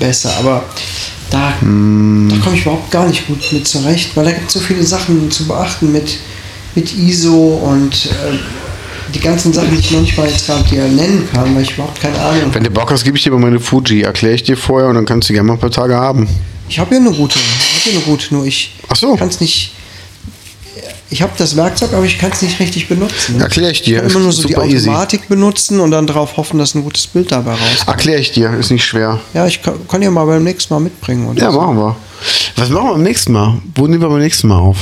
besser. Aber da,
Hm.
da komme ich überhaupt gar nicht gut mit zurecht, weil da gibt es so viele Sachen zu beachten mit, mit ISO und äh, die ganzen Sachen, die ich manchmal jetzt gerade hier nennen kann, weil ich überhaupt keine Ahnung
Wenn
habe.
du Bock hast, gebe ich dir mal meine Fuji. Erkläre ich dir vorher und dann kannst du gerne mal ein paar Tage haben.
Ich habe ja eine gute, ich habe ja eine gute, nur ich
Ach so.
kann es nicht. Ich habe das Werkzeug, aber ich kann es nicht richtig benutzen. ne?
Erklär ich dir,
Ich kann
ist
immer nur so die
super easy.
Automatik benutzen und dann darauf hoffen, dass ein gutes Bild dabei rauskommt.
Erkläre ich dir, ist nicht schwer.
Ja, ich kann, kann ja mal beim nächsten Mal mitbringen. Oder
Ja,
so.
machen wir. Was machen wir beim nächsten Mal? Wo nehmen wir beim nächsten Mal auf?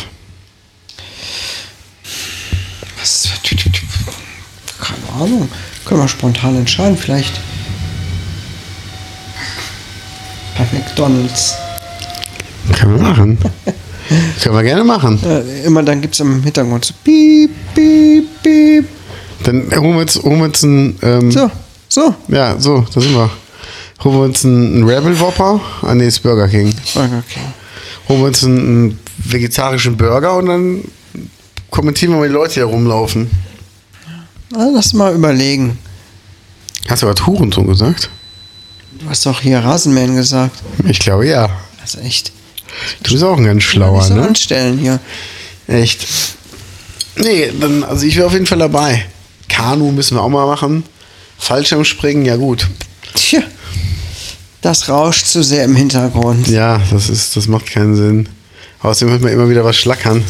Was? Keine Ahnung. Können wir spontan entscheiden. Vielleicht bei McDonalds.
Können wir machen. Können wir gerne machen.
Äh, immer dann gibt es im Hintergrund so piep, piep, piep.
Dann holen wir uns, holen wir uns ein. Ähm,
So, so.
Ja, so, da sind wir. Holen wir uns einen Rebel Whopper. Ah, nee, ist Burger King.
Okay. okay.
Holen wir uns einen, einen vegetarischen Burger und dann kommentieren wir mal die Leute, die da rumlaufen.
Na, lass mal überlegen.
Hast du gerade Hurensohn gesagt?
Du hast doch hier Rasenmähen gesagt.
Ich glaube ja.
Also echt.
Du bist auch ein ganz
Nicht
schlauer,
so
ne?
anstellen hier.
Echt. Nee, dann, also ich wäre auf jeden Fall dabei. Kanu müssen wir auch mal machen. Fallschirmspringen, ja gut.
Tja, das rauscht zu sehr im Hintergrund.
Ja, das ist, das macht keinen Sinn. Außerdem wird man immer wieder was schlackern.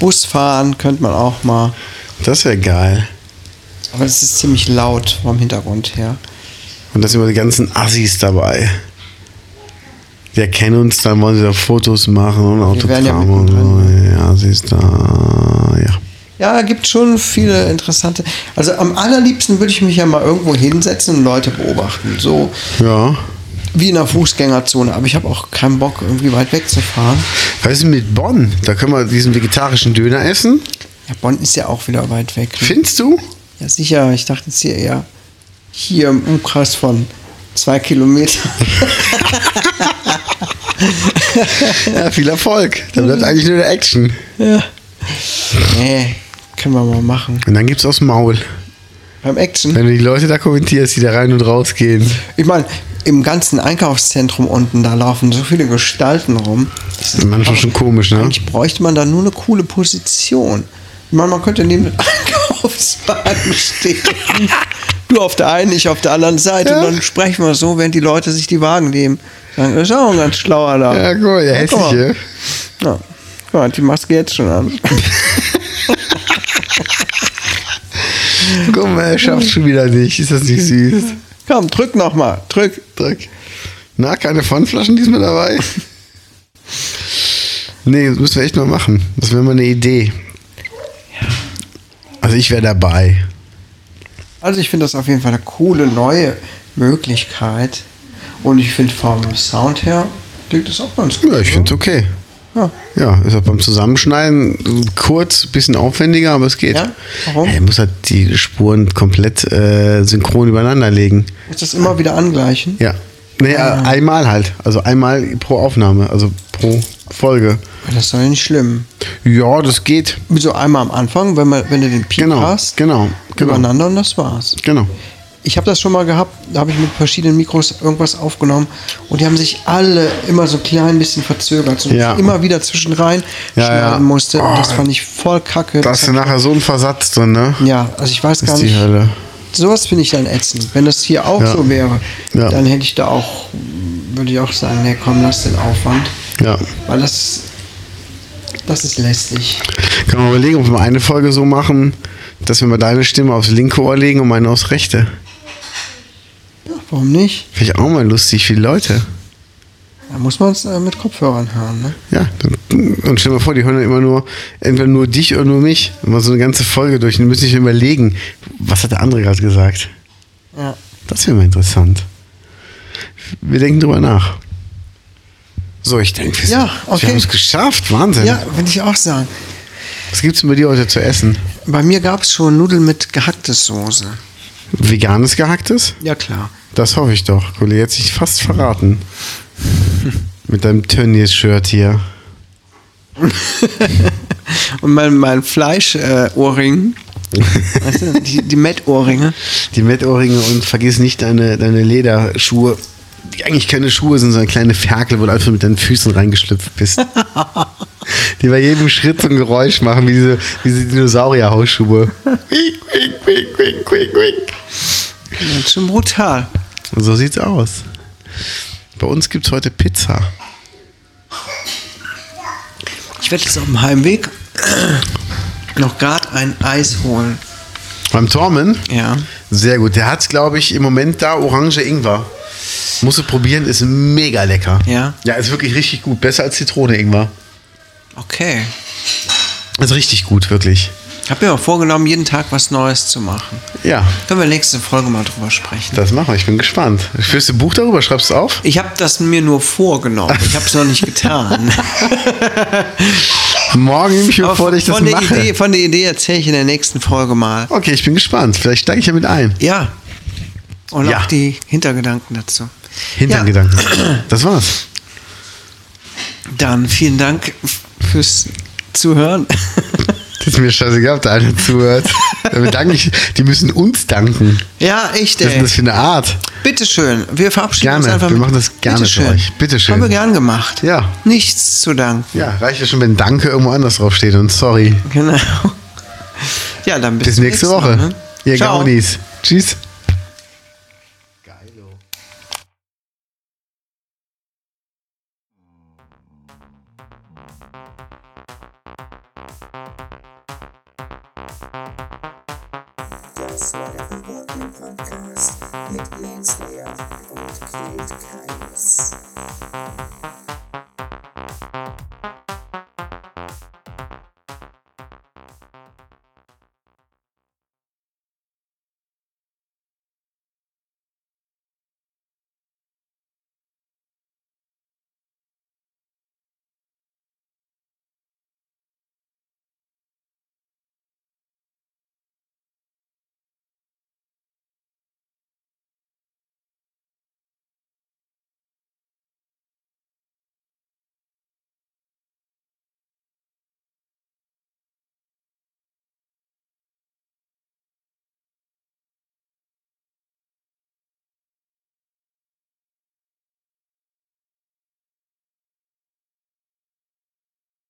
Busfahren könnte man auch mal.
Das wäre geil.
Aber es ist ziemlich laut vom Hintergrund her.
Und da sind immer die ganzen Assis dabei. Die erkennen uns, dann wollen sie da Fotos machen und
Wir wären ja
Autogramme und so. Ja, Assis da. Ja.
Ja, gibt schon viele interessante. Also am allerliebsten würde ich mich ja mal irgendwo hinsetzen und Leute beobachten. So
Ja.
wie in der Fußgängerzone. Aber ich habe auch keinen Bock, irgendwie weit weg zu fahren.
Was ist denn mit Bonn? Da können wir diesen vegetarischen Döner essen.
Ja, Bonn ist ja auch wieder weit weg. ne?
Findest du?
Ja, sicher. Ich dachte jetzt hier eher hier im Umkreis von zwei Kilometern.
Ja, viel Erfolg. Da bleibt eigentlich nur der Action.
Nee, können wir mal machen.
Und dann gibt's aufs Maul.
Beim Action.
Wenn du die Leute da kommentierst, die da rein und rausgehen.
Ich meine, im ganzen Einkaufszentrum unten, da laufen so viele Gestalten rum. Das ist
Manchmal schon komisch, ne?
Eigentlich bräuchte man da nur eine coole Position. Ich meine, man könnte neben den Einkaufswagen stehen. Du auf der einen, ich auf der anderen Seite.
Ja.
Und dann sprechen wir so, während die Leute sich die Wagen nehmen. Sagen, das ist auch ein ganz schlauer da.
Ja, cool, der
Ja, guck mal.
hässliche.
Ja. Guck mal, hat die Maske jetzt schon an.
Guck mal, er schafft schon wieder nicht. Ist das nicht süß?
Komm, drück nochmal. Drück.
Dreck. Na, keine Pfandflaschen diesmal dabei? Nee, das müssen wir echt mal machen. Das wäre mal eine Idee. Also ich wäre dabei.
Also ich finde das auf jeden Fall eine coole neue Möglichkeit. Und ich finde vom Sound her klingt das auch ganz gut. ne?
Ja, ich finde es okay.
Ja.
Ja, ist auch beim Zusammenschneiden kurz, bisschen aufwendiger, aber es geht.
Ja? Warum?
Ey, muss halt die Spuren komplett äh, synchron übereinander legen.
Muss das immer wieder angleichen?
Ja. Naja, einmal halt. Also einmal pro Aufnahme, also pro Folge.
Das ist doch nicht schlimm.
Ja, das geht.
So einmal am Anfang, wenn, man, wenn du den Peak
Genau,
hast,
genau, genau.
übereinander und das war's.
Genau.
Ich habe das schon mal gehabt, da habe ich mit verschiedenen Mikros irgendwas aufgenommen und die haben sich alle immer so ein klein bisschen verzögert, so dass
Ja.
ich immer wieder zwischen rein
Ja,
schneiden
ja.
musste.
Oh,
und das fand ich voll kacke.
Da hast du
Das-
nachher so einen Versatz drin, ne?
ja, also ich weiß
Das
gar
ist die
nicht.
Hölle.
Sowas finde ich dann ätzend. Wenn das hier auch
Ja.
so wäre,
Ja.
dann hätte ich da auch, würde ich auch sagen, nee, komm, lass den Aufwand.
Ja.
Weil das, das ist lästig.
Kann man überlegen, ob wir mal eine Folge so machen, dass wir mal deine Stimme aufs linke Ohr legen und meine aufs rechte.
Ja, warum nicht?
Vielleicht auch mal lustig, viele Leute.
Da muss man es äh, mit Kopfhörern hören, ne?
Ja, dann, und stell dir mal vor, die hören dann immer nur, entweder nur dich oder nur mich. Immer so eine ganze Folge durch. Und müssen sich überlegen, was hat der andere gerade gesagt.
Ja.
Das wäre mal interessant. Wir denken drüber nach. So, ich denke, wir,
Ja, okay.
wir haben es geschafft. Wahnsinn.
Ja, würde ich auch sagen.
Was gibt's denn bei dir heute zu essen?
Bei mir gab es schon Nudeln mit gehacktes Soße.
Veganes Gehacktes?
Ja, klar.
Das hoffe ich doch. Kollege, jetzt dich fast verraten. Mit deinem Tönnies-Shirt hier.
Und mein, mein Fleisch-Ohrring, weißt du, die, die Met-Ohrringe,
Die Mettohrringe und vergiss nicht deine, deine Lederschuhe, die eigentlich keine Schuhe sind, sondern kleine Ferkel, wo du einfach mit deinen Füßen reingeschlüpft bist. die bei jedem Schritt so ein Geräusch machen, wie diese, wie diese Dinosaurier-Hausschuhe. Wink, wink, wink, wink, wink, wink.
ganz schön brutal.
Und so sieht's aus. Bei uns gibt's heute Pizza.
Ich werde jetzt auf dem Heimweg noch gerade ein Eis holen.
Beim Tormen?
Ja.
Sehr gut. Der hat's, glaube ich, im Moment da Orange Ingwer. Musst du probieren, ist mega lecker.
Ja?
Ja, ist wirklich richtig gut. Besser als Zitrone Ingwer.
Okay.
Ist richtig gut, wirklich.
Ich habe mir auch vorgenommen, jeden Tag was Neues zu machen.
Ja,
Können wir nächste Folge mal drüber sprechen.
das machen wir. Ich bin gespannt. Führst du ein Buch darüber? Schreibst du es auf?
Ich habe das mir nur vorgenommen. Ich habe es noch nicht getan.
Morgen nehme ich mir
Aber
vor, dass ich das
von, der
mache.
Idee, von der Idee erzähle ich in der nächsten Folge mal.
Okay, ich bin gespannt. Vielleicht steige ich ja mit ein.
Ja. Und
Ja.
auch die Hintergedanken dazu.
Hintergedanken. Das war's.
Ja, dann vielen Dank f- fürs Zuhören.
Das ist mir scheißegal, ob der eine zuhört. Damit danke ich, die müssen uns danken.
Ja, echt,
Was ist denn
ey.
das für eine Art?
Bitteschön. Wir verabschieden
Gerne.
uns einfach.
Wir
mit-
machen das gerne für euch. Bitteschön.
Haben wir gern gemacht.
Ja.
Nichts zu danken.
Ja, reicht ja schon, wenn Danke irgendwo anders draufsteht und sorry.
Genau. Ja, dann bis,
Bis nächste
nächstes Mal,
Woche.
ne?
Ihr
Ciao.
Gaunis. Tschüss.
Das war der Boardman Podcast mit Lance Layer und Quilt Kaius.